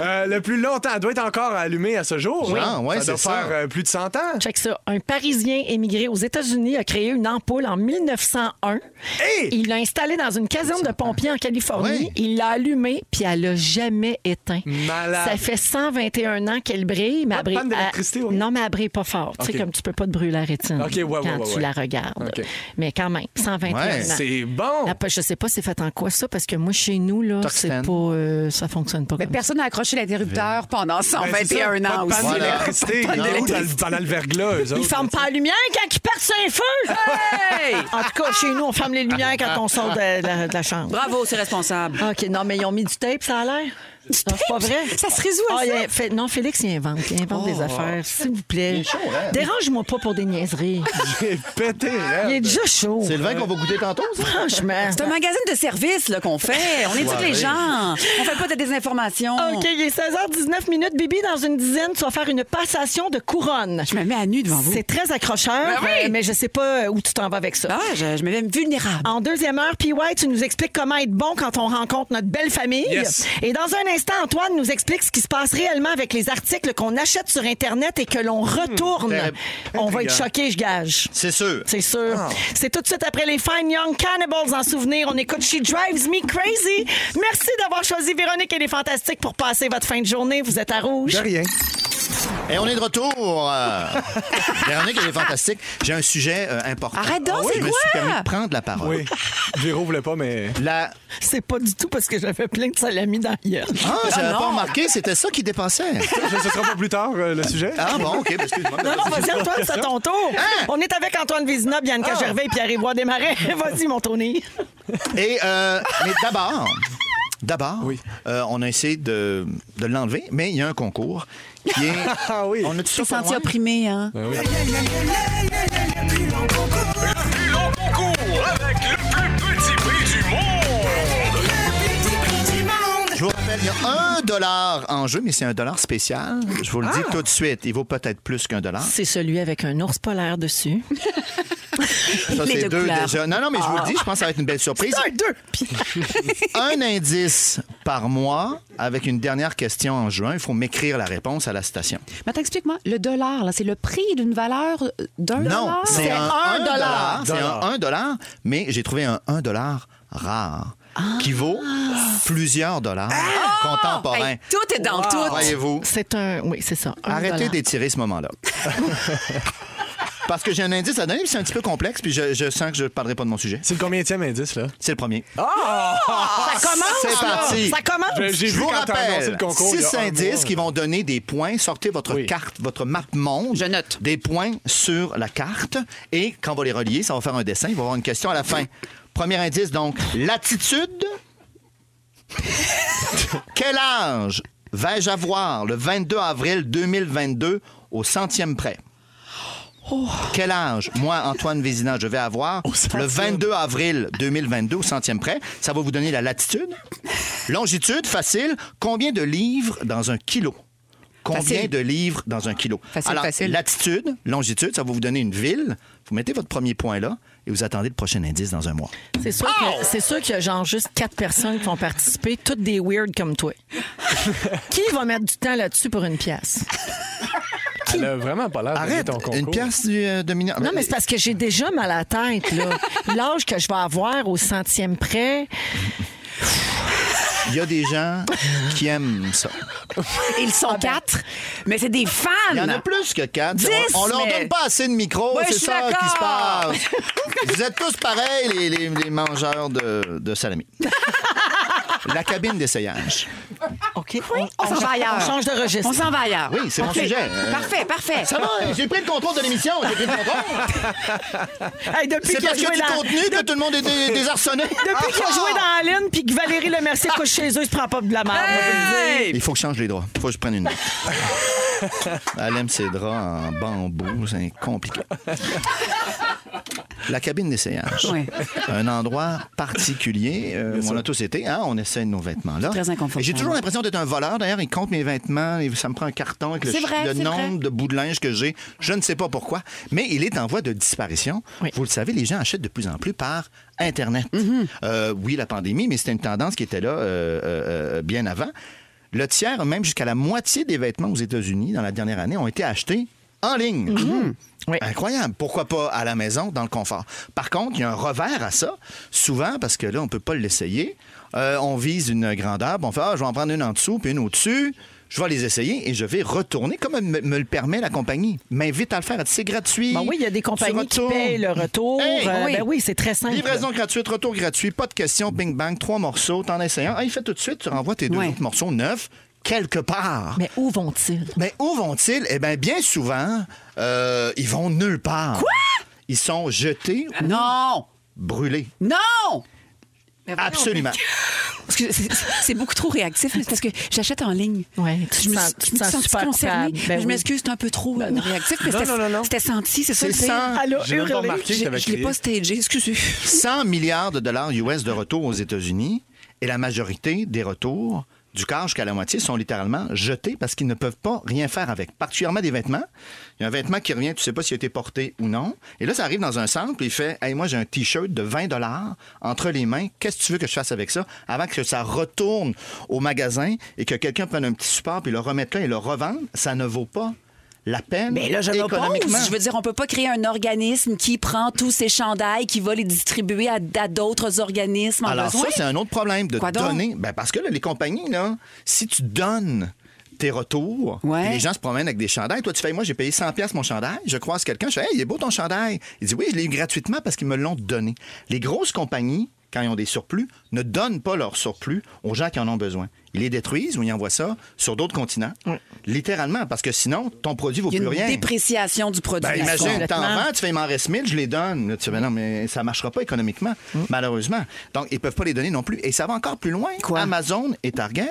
D: Euh, le plus longtemps, elle doit être encore allumée à ce jour.
F: Oui. Ah, ouais,
D: ça doit
F: c'est ça.
D: faire euh, plus de 100 ans.
B: Check ça. Un Parisien émigré aux États-Unis a créé une ampoule en 1901.
D: Hey!
B: Il l'a installée dans une caserne de pompiers en Californie. Il l'a allumée, puis elle l'a jamais éteint.
D: Malade.
B: Ça fait 121 ans qu'elle brille. Mais
D: Pas
B: elle
D: de
B: brille-
D: panne d'électricité,
B: elle-
D: oui.
B: Non, mais elle brille pas fort. Tu sais,
D: OK.
B: comme tu peux pas te brûler la rétine
D: OK, ouais, ouais,
B: quand
D: ouais,
B: tu
D: ouais.
B: la regardes.
D: OK.
B: Mais quand même, 121
F: Ouais,
B: ans.
D: C'est bon.
B: Après, Je sais pas c'est fait en quoi ça, parce que moi, chez nous, là, c'est
F: Toxtène.
B: pas, euh, ça fonctionne pas
C: Mais
B: comme ça.
C: personne n'a accroché l'interrupteur pendant
D: Ben, c'est ça,
C: 121 ans
D: Pas de
C: aussi.
D: panne
F: Voilà. Pas
D: d'électricité.
F: de
D: Ils
F: panne
D: jouent dans le- Pendant le verglas, eux
B: Ils
D: autres.
B: ferment pas la lumière quand ils partent sur un feu! En tout cas, chez nous, on ferme les lumières quand on sort de la, de la chambre.
C: Bravo, c'est responsable.
B: Ah, OK, non, mais ils ont mis du tape, ça a l'air. Non, C'est pas vrai?
C: Ça se résout
B: Ah,
C: à ça.
B: il a- fait- non, Félix, il invente. Il invente des affaires, s'il vous plaît.
F: est chaud, hein?
B: Dérange-moi pas pour des niaiseries.
D: J'ai pété, hein.
B: il est
D: raide.
B: déjà chaud.
F: C'est le vin qu'on va goûter tantôt, ça?
B: Franchement.
C: C'est un magasin de service là, qu'on fait. On est tous
F: Soirée.
C: les gens. On fait pas de désinformation.
B: OK, il est 16h19 minutes. Bibi, dans une dizaine, tu vas faire une passation de couronne.
C: Je me mets à nu devant vous.
B: C'est très
C: Ben
B: accrocheur,
C: oui.
B: euh, mais je sais pas où tu t'en vas avec ça.
C: Ah, je, je me mets vulnérable.
B: En deuxième heure, PY, tu nous expliques comment être bon quand on rencontre notre belle famille.
D: Yes.
B: Et dans un instant, Antoine nous explique ce qui se passe réellement avec les articles qu'on achète sur Internet et que l'on retourne.
F: très-
B: on va être choqués, je gage.
F: C'est sûr.
B: C'est sûr. C'est tout de suite après les Fine Young Cannibals en souvenir. On écoute She Drives Me Crazy. Merci d'avoir choisi Véronique et les Fantastiques pour passer votre fin de journée. Vous êtes à rouge.
D: De rien.
F: Et on est de retour. euh, Véronique, elle est fantastique. J'ai un sujet euh, important.
C: Arrête donc, c'est
F: Je me
C: quoi?
F: suis permis de prendre la parole.
D: Oui. Véro voulait pas, mais.
F: La...
B: C'est pas du tout parce que j'avais plein de salami dans hier.
F: Ah, j'avais
C: non.
F: pas remarqué, c'était ça qui dépassait.
D: Ce sera pas plus tard, euh, le sujet.
F: Ah bon, OK, ben, excuse-moi.
B: Non, non, vas-y, Antoine, c'est à ton tour.
F: Hein?
B: On est avec Antoine Vézina,
F: Ah.
B: Bianca Gervais et Pierre-Ébois Desmarais. Vas-y, mon Tony.
F: Et euh, mais d'abord, d'abord,
D: Oui.
F: euh, on a essayé de, de l'enlever, mais il y a un concours qui est.
D: Ah oui.
F: On a tout
C: Je
F: ça
C: me
F: pour
C: senti
F: loin?
C: opprimée, hein?
L: plus long concours avec le plus petit prix du monde.
F: Je vous rappelle, il y a un dollar en jeu, mais c'est un dollar spécial. Je vous le dis tout de suite, il vaut peut-être plus qu'un dollar.
B: C'est celui avec un ours polaire dessus.
F: Ça,
C: Les deux
F: c'est deux
C: couleurs.
F: déjà. Non, non, mais je vous le dis, je pense que ça va être une belle surprise.
B: Un, deux. Puis-
F: un indice par mois avec une dernière question en juin. Il faut m'écrire la réponse à la station.
C: Maintenant, explique-moi. Le dollar, là, c'est le prix d'une valeur euh, d'un
F: Non,
C: dollar?
F: c'est un, un dollar. C'est un
D: Dollar.
F: 1 dollar, mais j'ai trouvé un 1 dollar rare qui vaut plusieurs dollars contemporains. Ah.
C: Hey, tout est dans tout.
F: Voyez-vous,
B: C'est un. Oui, c'est ça. un
F: arrêtez
B: dollar.
F: d'étirer ce moment-là. Parce que j'ai un indice à donner, puis c'est un petit peu complexe, puis je, je sens que je ne parlerai pas de mon sujet.
D: C'est le combientième indice, là?
F: C'est le premier.
B: Ça commence.
F: C'est
B: là.
F: parti.
B: Ça commence.
D: Je-
F: Ah!
D: J'ai
F: Je
D: vu
F: vous
D: quand t'as annoncé
F: rappelle,
D: le concours. il y a
F: six
D: un
F: indices
D: mois.
F: qui vont donner des points. Sortez votre
D: Oui.
F: carte, votre map monde.
C: Je note.
F: Des points sur la carte. Et quand on va les relier, ça va faire un dessin. Il va y avoir une question à la fin. Premier indice, donc, latitude. Quel âge vais-je avoir le 22 avril 2022 au centième près?
C: Oh.
F: Quel âge, moi, Antoine Vézina, je vais avoir le 22 avril 2022 au centième près? Ça va vous donner la latitude. Longitude, facile. Combien de livres dans un kilo? Combien
K: Facile.
F: de livres dans un kilo?
K: Facile,
F: Alors,
K: facile.
F: latitude, longitude, ça va vous donner une ville. Vous mettez votre premier point là et vous attendez le prochain indice dans un mois.
B: C'est sûr, que- c'est sûr qu'il y a genre juste quatre personnes qui vont participer, toutes des weird comme toi. qui va mettre du temps là-dessus pour une pièce?
D: Elle a vraiment pas l'air de
F: Arrête,
D: ton concours.
F: une pièce du, euh, de million.
B: Non, mais c'est parce que j'ai déjà mal à la tête, là. L'âge que je vais avoir au centième près.
F: Il y a des gens qui aiment ça.
C: Ils sont quatre, mais c'est des fans.
F: Ah, ben. Il y en a plus que quatre.
C: Dix,
F: on on leur
C: mais-
F: donne pas assez de micro,
C: Ouais, je
F: c'est
C: suis
F: ça qui se
C: d'accord.
F: passe. Vous êtes tous pareils, les, les- les mangeurs de, de salami. La cabine d'essayage.
B: OK.
C: On s'en va ailleurs.
B: On change de registre.
C: On s'en va ailleurs.
F: Oui, c'est mon
C: Parfait.
F: sujet. Euh,
C: Parfait, parfait.
F: Ça va, hein, j'ai pris le contrôle de l'émission. j'ai pris le contrôle.
B: Hey, depuis
F: C'est
B: qu'il a
F: parce qu'il y a
B: joué
F: du
B: dans-
F: contenu que tout le monde est dé- désarçonné.
B: Depuis qu'il a joué dans la ligne puis que Valérie Lemercier couche chez eux, il se prend pas de la merde.
F: Il faut que je change les draps. Il faut que je prenne une note. Elle aime ses draps en bambou. C'est compliqué. La cabine d'essayage.
C: Oui.
F: Un endroit particulier. euh,
C: Bien
F: on
C: sûr.
F: a tous été. hein, on essaie nos vêtements là.
C: Très inconfortable.
F: Et J'ai toujours l'impression d'être un voleur. D'ailleurs, il compte mes vêtements. Et ça me prend un carton avec le,
C: C'est vrai,
F: le
C: c'est
F: nombre
C: vrai.
F: de bouts de linge que j'ai. Je ne sais pas pourquoi. Mais il est en voie de disparition. Vous le savez, les gens achètent de plus en plus par Internet.
C: Mhm.
F: Euh, oui, la pandémie, mais c'était une tendance qui était là euh, euh, euh, bien avant. Le tiers, même jusqu'à la moitié des vêtements aux États-Unis dans la dernière année, ont été achetés en ligne.
C: Mhm.
F: Mhm. Incroyable. Pourquoi pas à la maison, dans le confort? Par contre, il y a un revers à ça, souvent, parce que là, on ne peut pas l'essayer. Euh, on vise une grandeur, puis on fait, ah, je vais en prendre une en dessous, puis une au-dessus. Je vais les essayer et je vais retourner comme me, me le permet la compagnie. M'invite à le faire. C'est gratuit.
B: Ben oui, il y a des
F: Tu
B: compagnies qui
F: retournes.
B: payent le retour.
F: Hey!
B: Euh, Ben oui, c'est très simple.
F: Livraison gratuite, retour gratuit, pas de question, bing bang, trois morceaux, t'en essayes un. Ah, il fait tout de suite, tu renvoies tes deux autres morceaux neufs quelque part.
B: Mais où vont-ils?
F: Mais où vont-ils? Eh bien, bien souvent, euh, ils vont nulle part. Quoi? Ils sont jetés ou
C: Non!
F: brûlés.
C: Non!
F: Absolument.
C: Parce que c'est- c'est- c'est beaucoup trop réactif, mais c'est parce que j'achète en ligne.
B: tu
C: je me
B: te sens- tu
C: suis- je me
B: te
C: suis
B: sens
C: sentie
B: super
C: concernée.
B: coupable. Ben
C: je
B: oui.
C: m'excuse, c'est un peu trop euh, réactif, mais
B: Non,
C: c'était-
B: non, non, non.
C: c'était senti, c'est ça
F: C'est
C: le pire.
F: sans- Elle a J'ai même pas hurlé. remarqué que
C: Je
F: t'avais
C: je l'ai
F: crié.
C: pas stagé, excusez.
F: 100 milliards de dollars US de retour aux États-Unis et la majorité des retours du quart jusqu'à la moitié sont littéralement jetés parce qu'ils ne peuvent pas rien faire avec, particulièrement des vêtements. Il y a un vêtement qui revient, tu sais pas s'il a été porté ou non. Et là, ça arrive dans un centre, puis il fait Hey, moi, j'ai un T-shirt de 20 dollars entre les mains. Qu'est-ce que tu veux que je fasse avec ça avant que ça retourne au magasin et que quelqu'un prenne un petit support puis le remette là et le revende Ça ne vaut pas la peine.
C: Mais là, je
F: économiquement.
C: m'oppose. Je veux dire, on peut pas créer un organisme qui prend tous ces chandails, qui va les distribuer à, à d'autres organismes en
F: Alors
C: besoin.
F: ça, c'est un autre problème de
C: Quoi donc?
F: donner. Ben, parce que là, les compagnies, là, si tu donnes tes retours,
C: Ouais.
F: les gens se promènent avec des chandails. Toi, tu fais, moi, j'ai payé 100 pièces mon chandail. Je croise quelqu'un, je fais, hey, il est beau ton chandail. Il dit, oui, je l'ai eu gratuitement parce qu'ils me l'ont donné. Les grosses compagnies, quand ils ont des surplus, ne donnent pas leur surplus aux gens qui en ont besoin. Ils les détruisent ou ils envoient ça sur d'autres continents. Littéralement, parce que sinon, ton produit vaut
C: Il y a
F: plus
C: une
F: rien.
C: dépréciation du produit.
F: Ben, imagine, t'en
C: Complètement.
F: vends, tu fais, il m'en reste 1000, je les donne. Là, tu fais, ben non, mais ça ne marchera pas économiquement,
C: Mm.
F: malheureusement. Donc, ils ne peuvent pas les donner non plus. Et ça va encore plus loin. Amazon et Target,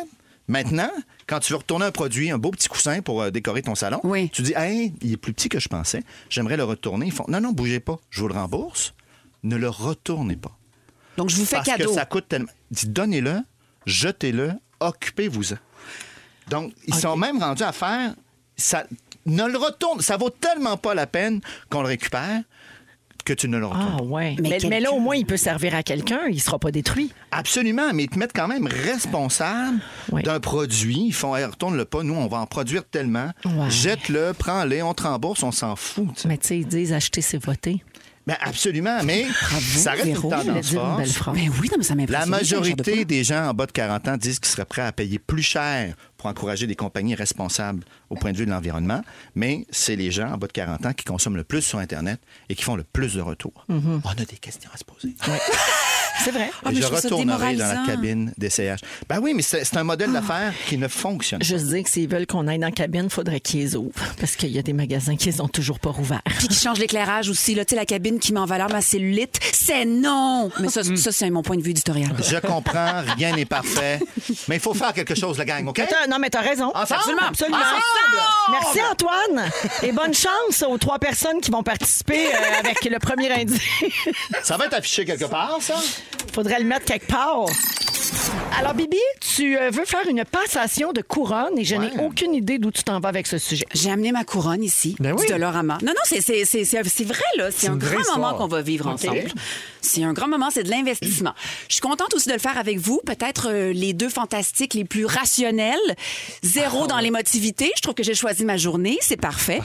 F: maintenant, quand tu veux retourner un produit, un beau petit coussin pour euh, décorer ton salon, tu dis, hey, il est plus petit que je pensais, j'aimerais le retourner. Ils font, non, non, bougez pas, je vous le rembourse. Ne le retournez pas.
C: Donc, je vous fais
F: Parce
C: cadeau.
F: que ça coûte tellement. Dis, donnez-le, jetez-le, occupez-vous-en. Donc, ils sont même rendus à faire. Ça ne le retourne. Ça vaut tellement pas la peine qu'on le récupère que tu ne le retournes.
B: Ah ouais. Mais, mais là, au moins, il peut servir à quelqu'un. Il sera pas détruit.
F: Absolument, mais ils te mettent quand même responsable d'un produit. Ils font, Hey, retourne-le pas, nous, on va en produire tellement.
B: Ouais.
F: Jette-le, prends-le, on te rembourse, on s'en fout.
B: Mais tu sais, ils disent acheter, c'est voter.
F: Ben absolument, mais ça reste
B: Véro,
F: une
B: elle a
F: tendance
B: dit une belle
F: forte.
B: phrase.
C: Mais Ben oui, non, mais ça m'impressionne.
F: La
C: ce genre de
F: majorité des gens en bas de 40 ans disent qu'ils seraient prêts à payer plus cher pour encourager des compagnies responsables au point de vue de l'environnement, mais c'est les gens en bas de 40 ans qui consomment le plus sur Internet et qui font le plus de retours. On a des questions à se poser.
B: C'est vrai.
F: Et je retournerai dans la cabine d'essayage. Ben oui, mais c'est c'est un modèle d'affaires qui ne fonctionne pas.
B: Juste dire que s'ils veulent qu'on aille dans la cabine, il faudrait qu'ils les ouvrent. Parce qu'il y a des magasins qui les ont toujours pas rouverts.
C: Puis qui change l'éclairage aussi. Là, tu sais, la cabine qui met en valeur ma cellulite, c'est non! Mais
B: Mm.
C: ça, ça c'est mon point de vue éditorial.
B: Ah.
F: Je comprends, rien n'est parfait, mais il faut faire quelque chose, la gang, OK?
B: Attends, non, mais t'as raison.
F: Ensemble?
B: Absolument. Absolument.
F: Ensemble!
B: Merci, Antoine. Et bonne chance aux trois personnes qui vont participer euh, avec le premier indice.
F: Ça va être affiché quelque part, ça?
B: Faudrait le mettre quelque part. Alors, Bibi, tu euh, veux faire une passation de couronne et je n'ai aucune idée d'où tu t'en vas avec ce sujet.
C: J'ai amené ma couronne ici,
B: Ben oui.
C: du Dolorama. Non, non, c'est- c'est c'est- c'est- c'est vrai, là. C'est
B: C'est
C: un
B: une vraie
C: grand
B: histoire.
C: moment qu'on va vivre
B: OK.
C: ensemble. C'est un grand moment, c'est de l'investissement. Je suis contente aussi de le faire avec vous. Peut-être euh, les deux fantastiques les plus rationnels. Zéro dans l'émotivité. Je trouve que j'ai choisi ma journée. C'est parfait.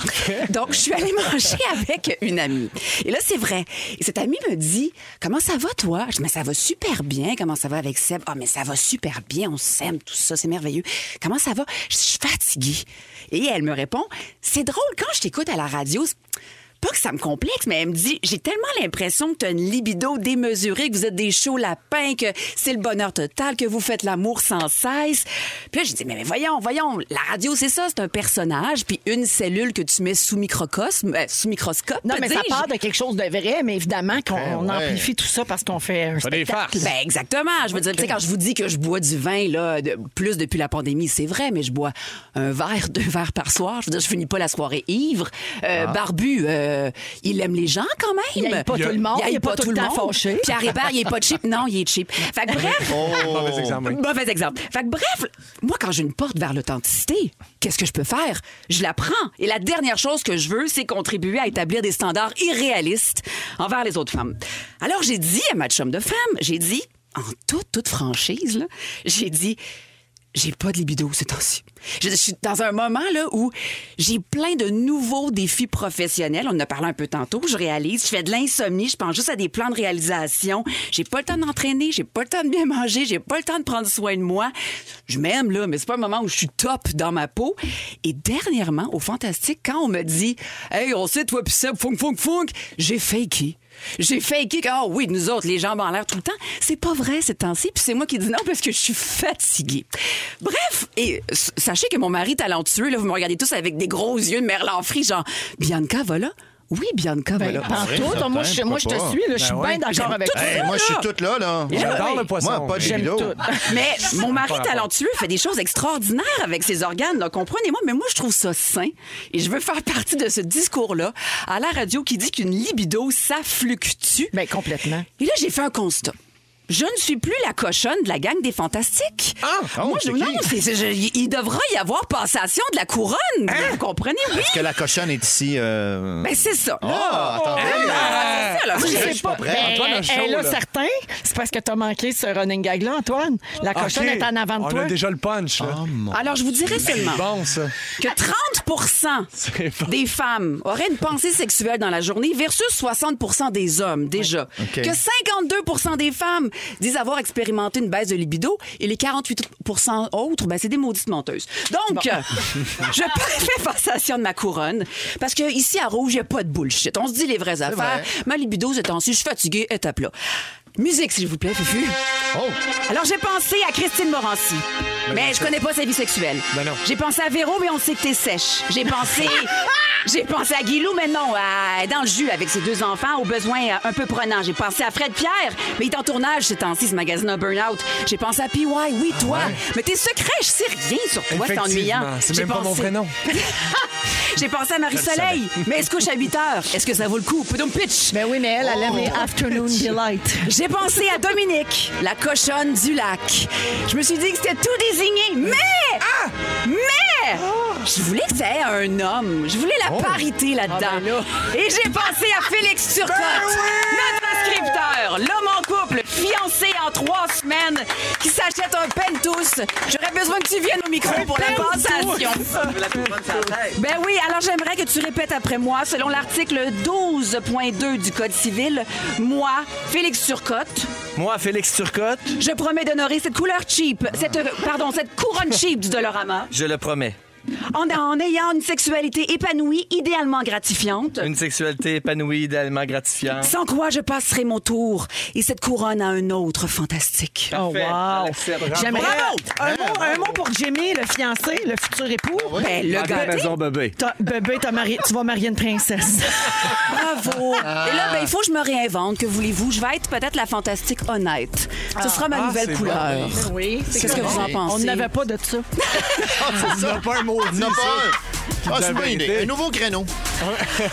C: Donc, je suis allée manger avec une amie. Et là, c'est vrai. Et cette amie me dit Comment ça va, toi Je dis Mais ça va super bien. Comment ça va avec Seb Ah, mais ça va super bien. On s'aime, tout ça. C'est merveilleux. Comment ça va Je dis, Je suis fatiguée. Et elle me répond C'est drôle, quand je t'écoute à la radio, c'est- pas que ça me complexe, mais elle me dit J'ai tellement l'impression que tu as une libido démesurée, que vous êtes des chauds lapins, que c'est le bonheur total, que vous faites l'amour sans cesse. Puis là, j'ai dit mais, mais voyons, voyons, la radio, c'est ça, c'est un personnage, puis une cellule que tu mets sous microcosme, euh, sous microscope.
B: Non, mais ça
C: dis-je. Eh
B: part de quelque chose de vrai, mais évidemment qu'on on
C: ouais.
B: amplifie tout ça parce qu'on fait un spectacle.
C: Ben, exactement. Je veux dire, tu sais, quand je vous dis que je bois du vin, là, de- plus depuis la pandémie, c'est vrai, mais je bois un verre, deux verres par soir. Je veux dire, je finis pas la soirée ivre. Euh,
B: Ah.
C: Barbu, euh, il aime les gens quand même.
B: Il haït pas tout le monde, il
C: haït
B: est pas tout le temps
C: monde.
B: fâché.
C: Pierre Hébert, il est pas cheap. Non, il est cheap. Fait que bref.
F: Oh!
D: Mauvais exemple, oui.
C: Mauvais exemple. Fait que bref, moi, quand j'ai une porte vers l'authenticité, qu'est-ce que je peux faire? Je la prends. Et la dernière chose que je veux, c'est contribuer à établir des standards irréalistes envers les autres femmes. Alors, j'ai dit à ma chum de femme, j'ai dit, en toute, toute franchise, là, j'ai dit, j'ai pas de libido ces temps-ci. Je, je suis dans un moment là où j'ai plein de nouveaux défis professionnels. On en a parlé un peu tantôt. Je réalise, je fais de l'insomnie, je pense juste à des plans de réalisation. J'ai pas le temps d'entraîner, j'ai pas le temps de bien manger, j'ai pas le temps de prendre soin de moi. Je m'aime là, mais c'est pas un moment où je suis top dans ma peau. Et dernièrement, au Fantastique, quand on me dit, hey, on sait toi puis Seb, funk funk funk, j'ai faké. J'ai faké que, ah oui, nous autres, les jambes en l'air tout le temps. C'est pas vrai ces temps-ci. Puis c'est moi qui dis non parce que je suis fatiguée. Bref, et s- sachez que mon mari talentueux, là, vous me regardez tous avec des gros yeux de merlan frit, genre, Bianca, voilà. Oui, Bianca,
B: Ben,
C: voilà.
B: pantoute, moi, je- moi, je te suis, là, je suis
C: Ben
B: bien d'accord avec toi.
F: Hey, moi, je suis toute là, là. J'adore le poisson. Moi, pas de J'aime libido. tout.
C: Mais mon mari
F: Pas rapport.
C: talentueux fait des choses extraordinaires avec ses organes, là, comprenez-moi, mais moi, je trouve ça sain. Et je veux faire partie de ce discours-là à la radio qui dit qu'une libido, ça fluctue.
B: Ben, complètement.
C: Et là, j'ai fait un constat. Je ne suis plus la cochonne de la gang des fantastiques. Ah, Moi, je,
F: c'est
C: non,
F: qui?
C: c'est- c'est- je- il devra y avoir passation de la couronne. Vous comprenez? Oui.
F: Est-ce que la cochonne est ici? euh,
C: Ben, c'est ça.
F: Ah,
C: Là.
F: attendez.
C: Ah, c'est ça, là.
B: Je
F: Je
B: sais
F: suis
B: pas.
F: pas prêt.
B: Ben,
F: Antoine a
B: elle-
F: chaud,
B: elle a
F: là.
B: certain. C'est parce que t'as manqué ce running gag-là, Antoine. La cochonne
D: Ok.
B: est en avant de
D: On
B: toi.
D: a déjà le punch. là.
F: Oh,
C: Alors, je vous dirais
D: C'est
C: seulement
D: bon, ça.
C: que 30 des femmes auraient une pensée sexuelle dans la journée versus 60 des hommes, déjà.
E: OK.
C: Que 52 des femmes disent avoir expérimenté une baisse de libido et les 48 autres, ben, c'est des maudites menteuses. Donc, euh, je fais passation de ma couronne parce que ici à Rouge, il n'y a pas de bullshit. On se dit les vraies affaires. Ma libido, c'est temps-ci, je suis fatiguée, étape là. Musique, s'il vous plaît, Fufu. Alors, j'ai pensé à Christine Morancy,
D: Ben
C: mais je connais pas sa vie sexuelle.
E: Ben non.
C: J'ai pensé à Véro, mais on sait que t'es sèche. J'ai pensé. J'ai pensé à Guilou, mais non, à- dans le jus avec ses deux enfants, aux besoins euh, un peu prenants. J'ai pensé à Fred Pierre, mais il est en tournage ces temps-ci, ce magazine un Burnout. J'ai pensé à PY, oui, toi. Mais tes secrets, je sais rien sur toi, c'est
D: Effectivement,
C: ennuyant.
D: c'est
C: J'ai
D: même pas mon prénom.
C: J'ai pensé à Marie-Soleil, mais elle se couche à 8 heures. Est-ce que ça vaut le coup? Poudum pitch! Mais
B: Ben oui, mais elle, elle aime les afternoon delight.
C: J'ai pensé à Dominique, la cochonne du lac. Je me suis dit que c'était tout désigné, mais... Mais... Je voulais que ça ait un homme. Je voulais la parité là-dedans. Et j'ai pensé à Félix Turcotte, notre scripteur, l'homme en couple, fiancé en trois semaines, qui s'achète un Pentus. J'aurais besoin que tu viennes au micro pour la passation. Ben oui, alors j'aimerais que tu répètes après moi. Selon l'article 12.2 du Code civil, moi, Félix Turcotte,
K: Moi, Félix Turcotte,
C: je promets d'honorer cette couleur cheap, cette, euh, pardon, cette couronne cheap du Dolorama,
K: je le promets.
C: en, en ayant une sexualité épanouie, idéalement gratifiante.
K: Une sexualité épanouie, idéalement gratifiante.
C: Sans quoi je passerai mon tour et cette couronne à un autre fantastique.
B: Ah
K: Parfait. On l'accepte.
B: Oh, J'aimerais
C: Bravo!
B: un, mot, un mot pour Jimmy, le fiancé, le futur époux.
C: Ben,
B: Ah,
C: le gars.
K: bébé.
B: Bébé, t'as marié- tu vas marier une princesse.
C: Bravo!
B: Ah.
C: Et là, ben, il faut que je me réinvente. Que voulez-vous? Je vais être peut-être la fantastique honnête. Ce sera ma
B: Ah,
C: nouvelle
B: c'est
C: couleur.
B: bon. Ben Oui, c'est
C: Qu'est-ce que vous en
B: correct.
C: pensez?
B: On n'avait pas de ça.
F: On n'a pas un mot. On
D: dit,
F: n'a
D: ça.
F: pas un. Ah, c'est
D: la
F: une bonne
D: vérité.
F: idée. Un nouveau créneau.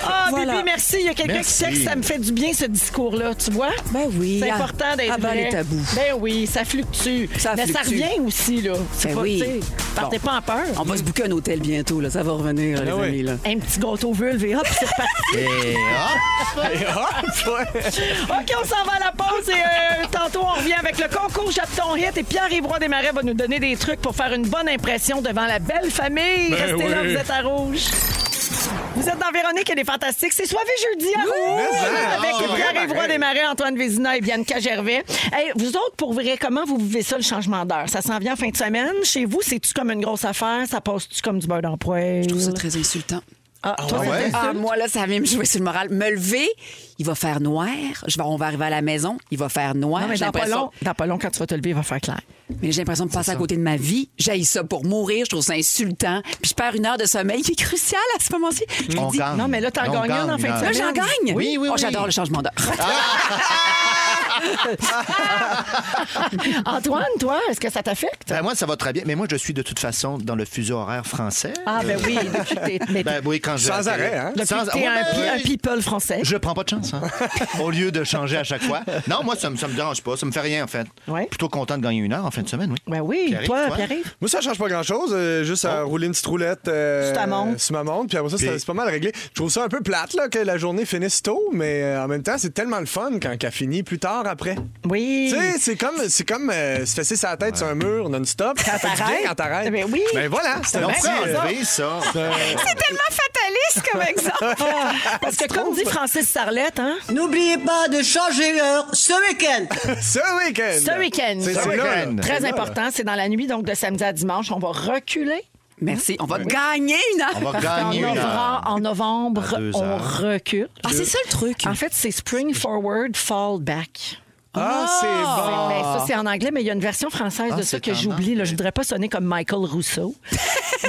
B: Ah,
C: Voilà.
B: bébé, merci. Il y a quelqu'un qui
C: Merci.
B: texte, ça me fait du bien, ce discours-là, tu vois?
C: Ben oui.
B: C'est
C: Ah,
B: important d'être
C: ah ben,
B: vrai.
C: les tabous.
B: Ben oui, ça fluctue.
C: Ça
B: Mais ça
C: fluctue.
B: revient aussi, là. C'est
C: Ben
B: pas,
C: oui.
B: tu sais, Partez
C: Bon.
B: pas en peur.
C: On va se bouquer un hôtel bientôt, là. ça va revenir, les
B: oui.
C: amis. Là.
B: Un petit gâteau vulve et hop, c'est parti.
C: Et hop. Et
B: OK, on s'en va à la pause et euh, tantôt, on revient avec le concours Jappe ton hit et Pierre-Yves Roy Desmarais va nous donner des trucs pour faire une bonne impression devant la belle famille.
E: Ben
B: Restez là,
E: oui.
B: vous êtes à rouge. Vous êtes dans Véronique, elle est fantastique. C'est soivé jeudi à Rouge
E: mais ça,
B: avec
E: ah,
B: Pierre-Yves Roy
E: pareil.
B: Desmarais, Antoine Vézina et Bianca Gervais. Hey, vous autres, pour vrai, comment vous vivez ça, le changement d'heure? Ça s'en vient en fin de semaine. Chez vous, c'est-tu comme une grosse affaire? Ça passe-tu comme du beurre d'empoil? Je trouve ça
C: très insultant.
B: Ah, toi, ça t'insulte?
C: Ah, moi, là, ça vient me jouer sur le moral. Me lever, il va faire noir. Je vais, on va arriver à la maison, il va faire noir.
B: Non, mais
C: J'ai
B: dans pas,
C: l'impression-
B: long, dans pas long, quand tu vas te lever, il va faire clair.
C: Mais j'ai l'impression de passer à côté de ma vie. J'ai ça pour mourir. Je trouve ça insultant. Puis je perds une heure de sommeil qui est cruciale à ce moment-ci. Je
B: On
C: me dis,
B: gagne. Non, mais là, t'en On gagnes gagne en fin de une heure.
C: Là, j'en
B: semaine.
C: gagne.
B: Ah. Oui, oui,
C: Oh,
B: oui. Ah.
C: J'adore le changement d'heure.
B: Antoine, toi, est-ce que ça t'affecte?
F: Ben, moi, ça va très bien. Mais moi, je suis de toute façon dans le fuseau horaire français.
B: Ah, ben oui, depuis que t'es- mais
F: Ben oui, quand je-
B: Sans arrêt, hein? Depuis que t'es
F: Ouais,
B: un
F: ben
B: pi-
F: oui.
B: un people français.
F: Je prends pas de chance, hein. Au lieu de changer à chaque fois. Non, moi, ça me, ça me dérange pas. Ça me fait rien, en fait. Plutôt content de gagner une heure en fin de semaine, oui.
B: Ben oui, toi, Pierre-Yves?
D: Moi, ça change pas grand-chose. euh, juste à rouler une petite roulette euh,
B: Sur ta montre.
D: sur ma montre. Puis après ça, c'est
F: Oh. Puis-
D: c'est pas mal réglé. Je trouve ça un peu plate là, que la journée finisse tôt, mais euh, en même temps, c'est tellement le fun quand elle finit plus tard après.
B: Oui.
D: Tu sais, c'est comme, c'est comme euh, se fesser sa tête sur un mur non-stop. Ça fait du bien
B: t'arrêtes.
D: quand t'arrêtes.
B: Ben oui.
D: Ben voilà, c'est un
F: Non,
D: petit,
F: c'est
D: euh,
F: rêvé, ça.
D: c'est-
C: fataliste
B: comme exemple. Ah, Parce que comme dit Francis Sarlette, hein?
G: N'oubliez pas de changer l'heure ce week-end.
D: ce week-end.
B: Ce week-end.
G: C'est Ce ça, là. week-end.
B: Très
G: C'est là.
B: important. C'est dans la nuit, donc de samedi à dimanche. On va reculer.
C: Merci. On va
B: Oui.
C: gagner une heure.
B: On va Parce gagner qu'en une heure. novembre- en novembre,
C: deux
B: on
C: heures.
B: recule.
C: Ah, c'est ça le truc.
B: En fait, c'est spring forward, fall back.
C: Ah, c'est bon.
B: ben, ça, c'est en anglais, mais il y a une version française
F: Ah,
B: de ça
F: c'est
B: que
F: en
B: j'oublie. là. Je ne voudrais pas sonner comme Michael Rousseau.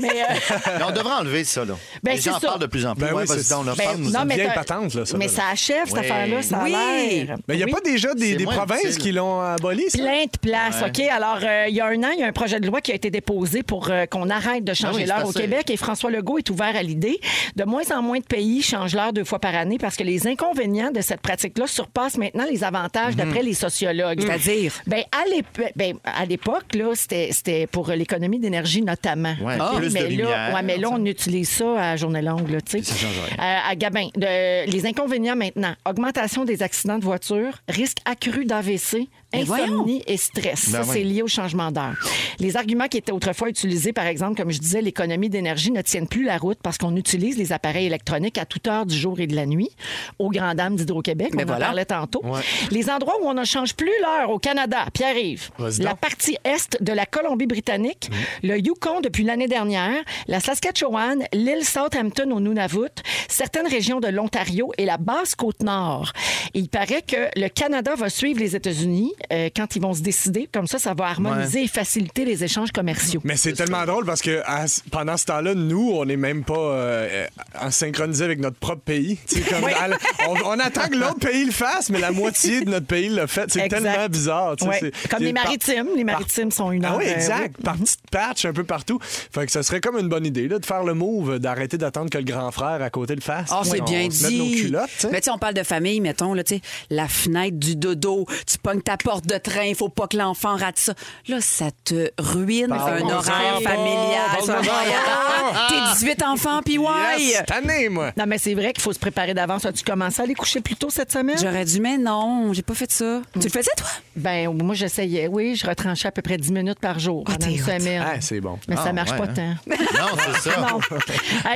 B: mais euh,
F: Mais on devrait enlever ça, là.
B: Ben,
F: Les gens
B: c'est
F: en
B: ça.
F: parlent de plus en plus.
D: Ben
F: Ouais,
D: oui,
F: vas-y
D: c'est-
F: donc, là,
D: Ben,
F: parle-nous
D: non,
F: en.
D: mais Vieille
B: t'as-
D: patente, là, ça,
B: mais
D: là.
B: ça achève, cette
D: Oui.
B: affaire-là. Ça a
D: Oui.
B: l'air.
D: Mais Ben, il n'y a
B: Oui.
D: pas déjà des,
B: C'est
D: des
B: moins
D: provinces
B: utile.
D: qui l'ont aboli, ça?
B: Plein de places,
D: Ouais.
B: OK? Alors, euh, il y a un an, il y a un projet de loi qui a été déposé pour euh, qu'on arrête de
I: Ah oui,
B: changer
I: c'est
B: l'heure au
I: assez.
B: Québec et François Legault est ouvert à l'idée. De moins en moins de pays changent l'heure deux fois par année parce que les inconvénients de cette pratique-là surpassent maintenant les avantages d'après les sociologues.
C: Mhm. C'est-à-dire?
B: Ben, à l'ép- ben, à l'époque, là, c'était c'était pour l'économie d'énergie notamment.
F: Ouais,
B: OK?
F: plus de
B: mais là,
F: lumière,
B: ouais, mais là, on utilise ça à journée longue, là, tu sais. Euh, à Gabin, de- les inconvénients maintenant. Augmentation des accidents de voiture, risque accru d'AVC,
C: Mais
B: insomnie et stress. ça,
C: Ben oui.
B: c'est lié au changement d'heure. Les arguments qui étaient autrefois utilisés, par exemple, comme je disais, l'économie d'énergie ne tiennent plus la route parce qu'on utilise les appareils électroniques à toute heure du jour et de la nuit, aux grandes dames d'Hydro-Québec.
C: Mais
B: on
C: Ben voilà.
B: en parlait tantôt. Les endroits où on ne change plus l'heure au Canada, Pierre-Yves,
C: Vas-y
B: la
C: donc.
B: partie est de la Colombie-Britannique,
D: Mm.
B: le Yukon depuis l'année dernière, la Saskatchewan, l'île Southampton au Nunavut, certaines régions de l'Ontario et la Basse-Côte-Nord. Et Il paraît que le Canada va suivre les États-Unis euh, quand ils vont se décider. Comme ça, ça va harmoniser et faciliter les échanges commerciaux.
D: Mais c'est tellement drôle parce que à- pendant ce temps-là, nous, on n'est même pas euh, en synchronisé avec notre propre pays. Tu sais, comme à la- on, on attend que l'autre pays le fasse, mais la moitié de notre pays l'a fait. C'est
B: Exact.
D: tellement bizarre. tu sais,
B: Ouais.
D: c'est-
B: Comme
D: c'est
B: les
D: par-
B: maritimes. Les maritimes sont une heure.
D: Ah oui,
B: euh,
D: exact. Par petites patches un peu partout. Fait que ça serait comme une bonne idée là, de faire le move, d'arrêter d'attendre que le grand frère à côté le fasse.
C: Ah, c'est
D: On
C: bien
D: se mette
C: dit.
D: nos culottes, tu sais.
C: Mais tu sais, on parle de famille, mettons, là, tu sais, la fenêtre du dodo, tu pognes ta porte de train, faut pas que l'enfant rate ça. Là, ça te ruine
D: Parle
C: un
D: de
C: horaire
D: ça,
C: familial.
D: parle
C: ça
D: de
C: va,
D: ça.
C: T'es 18 enfants, puis ouais.
D: Yes, tanné, moi.
B: Non, mais c'est vrai qu'il faut se préparer d'avance. As-tu commencé à aller coucher plus tôt cette semaine?
C: J'aurais dû, mais non, j'ai pas fait ça. Tu le faisais, toi?
B: Ben, moi, j'essayais. Oui, je retranchais à peu près 10 minutes par jour pendant une semaine.
D: Ah, c'est bon.
B: Mais ça marche pas tant.
F: Non, c'est ça.
B: Non. Euh,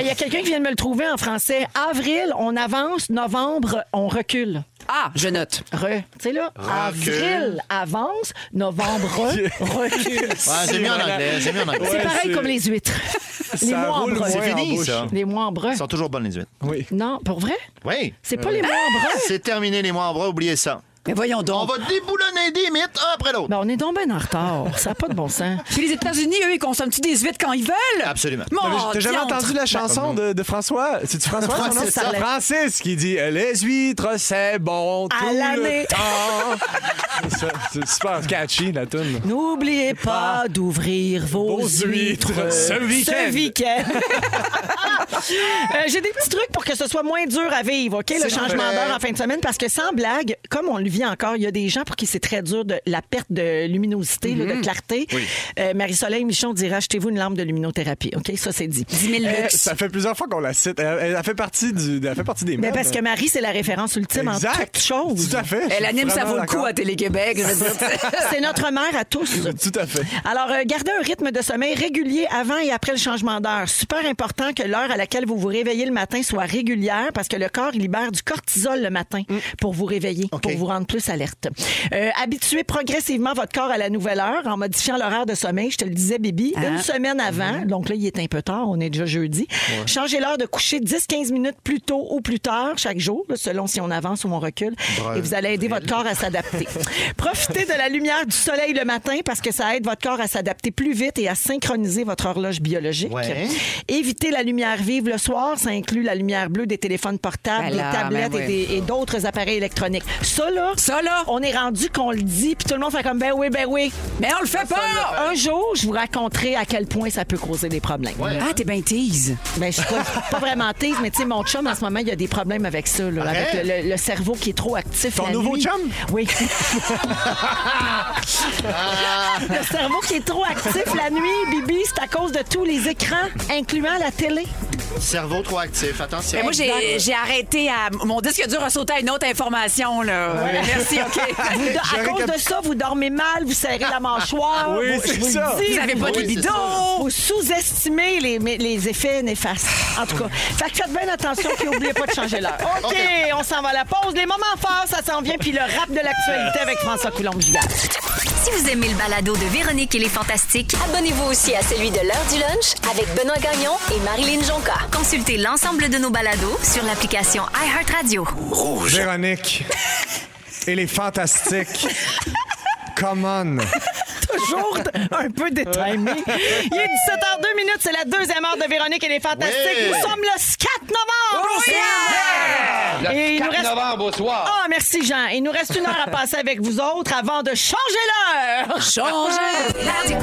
B: Il y a quelqu'un qui vient de me le trouver en français. Avril, on avance. Novembre, on recule.
C: Ah, je note.
B: Re. Tu sais, là,
C: Recule.
B: avril avance, novembre re- recule.
F: Ouais, j'ai mis en anglais, j'ai mis en anglais.
B: C'est
F: Ouais,
B: pareil
F: c'est-
B: comme les huîtres. les
F: Ça
B: mois en
F: roule
B: brun.
F: moins C'est fini, en bouche. ça.
B: Les mois en brun.
F: Ils sont toujours bonnes, les huîtres.
D: Oui.
B: Non, pour vrai?
F: Oui.
B: C'est pas les mois en
F: Ah!
B: brun.
F: C'est terminé, les mois en bras, oubliez ça.
C: Mais voyons donc.
F: On va déboulonner des mythes un après l'autre.
B: Ben, on est donc bien en retard. Ça n'a pas de bon sens.
C: Puis les États-Unis, eux, ils consomment-tu des huîtres quand ils veulent?
F: Absolument.
C: Mon
D: T'as
B: Oh,
D: t'as jamais
C: diantre.
D: entendu la chanson de, de François? C'est-tu François? son nom?
C: Francis Sarlet.
D: Francis qui dit « Les huîtres, c'est bon tout
B: À
D: le
B: l'année.
D: temps. C'est ça, C'est super catchy, la tune.
B: N'oubliez pas d'ouvrir vos,
D: Vos huîtres
B: huîtres
D: ce week-end.
B: week-end. Euh, J'ai des petits trucs pour que ce soit moins dur à vivre, OK, le
C: C'est
B: changement
C: vrai.
B: d'heure en fin de semaine, parce que sans blague, comme on le vit encore, il y a des gens pour qui c'est très dur de la perte de luminosité, là, de clarté.
D: Oui.
B: Euh, Marie-Soleil Michon dirait achetez-vous une lampe de luminothérapie, OK, ça c'est dit. 10
D: Elle, Eh, Ça fait plusieurs fois qu'on la cite. Elle, elle- elle fait partie du, elle fait partie des
B: Mais
D: meubles.
B: parce que Marie, c'est la référence ultime en
D: Ah, ben. Exact.
B: toute chose.
D: Tout à fait.
C: Elle anime, ça
D: Eh, Vraiment
C: vaut le coup
D: d'accord.
C: à Télé-Québec. je veux dire.
B: C'est notre mère à tous.
D: Tout à fait.
B: Alors, euh, gardez un rythme de sommeil régulier avant et après le changement d'heure. Super important que l'heure à laquelle vous vous réveillez le matin soit régulière parce que le corps il libère du cortisol le matin pour vous réveiller, pour vous rendre plus alerte. Euh, habituez progressivement votre corps à la nouvelle heure en modifiant l'horaire de sommeil. Je te le disais, Bibi,
C: Hein?
B: une semaine avant. Donc là, il est un peu tard, on est déjà jeudi. Changez l'heure de coucher 10-15 minutes plus tôt ou plus tard chaque jour, là, selon si on avance ou on recule. Et vous allez aider votre corps à s'adapter. Profitez de la lumière du soleil le matin parce que ça aide votre corps à s'adapter plus vite et à synchroniser votre horloge biologique.
F: Ouais.
B: Évitez la lumière vive le soir. Ça inclut la lumière bleue des téléphones portables,
C: Ben là,
B: des tablettes
C: ben
B: et
C: oui.
B: des- et d'autres appareils électroniques. Ça là,
C: Ça, là.
B: on est rendu qu'on le dit, puis tout le monde fait comme ben oui, ben oui.
C: Mais on le fait pas!
D: hein?
B: Un jour, je vous raconterai à quel point ça peut causer des problèmes.
C: Ah, t'es bien tease.
B: Ben, je suis pas, pas vraiment tease, mais tu sais, mon chum, en ce moment, il y a des problèmes avec ça, là, avec le, le- le cerveau qui est trop actif.
D: Ton
B: la
D: nouveau
B: nuit.
D: chum?
B: Oui. le cerveau qui est trop actif la nuit, Bibi, c'est à cause de tous les écrans, incluant la télé.
F: Cerveau trop actif, attention.
C: Mais moi, j'ai
B: Exact.
C: j'ai arrêté à. Mon disque dur a sauté à une autre information, là. Merci, OK.
B: Vous do- à
D: récap-
B: cause de ça, vous dormez mal, vous serrez la mâchoire.
D: Oui,
B: vous, je
D: c'est
B: vous le
D: ça.
B: dis,
C: Vous avez pas
F: Oui,
C: de
F: c'est
C: libido.
B: Vous sous-estimez les, mais- les effets néfastes. En tout cas, fait que faites bien attention puis n'oubliez pas de changer l'heure. OK, on s'en va à la pause. Les moments forts, ça s'en vient. Puis le rap de l'actualité avec François Coulombe-Gigard.
M: Si vous aimez le balado de Véronique et les Fantastiques,
J: Abonnez-vous aussi à celui de l'heure du lunch avec Benoît Gagnon et Marilyn Jonca.
M: consultez l'ensemble de nos balados sur l'application iHeartRadio.
D: Véronique et les fantastiques. Come on.
B: toujours un peu détimé. Il est 17h02 minutes, c'est la deuxième heure de Véronique et les Fantastiques.
F: Oui.
B: Nous sommes le 4 novembre. au Québec. Et il nous reste...
K: au soir.
B: Ah, merci Jean. Il nous reste une heure à passer avec vous autres avant de changer l'heure. Ah,
C: Changer.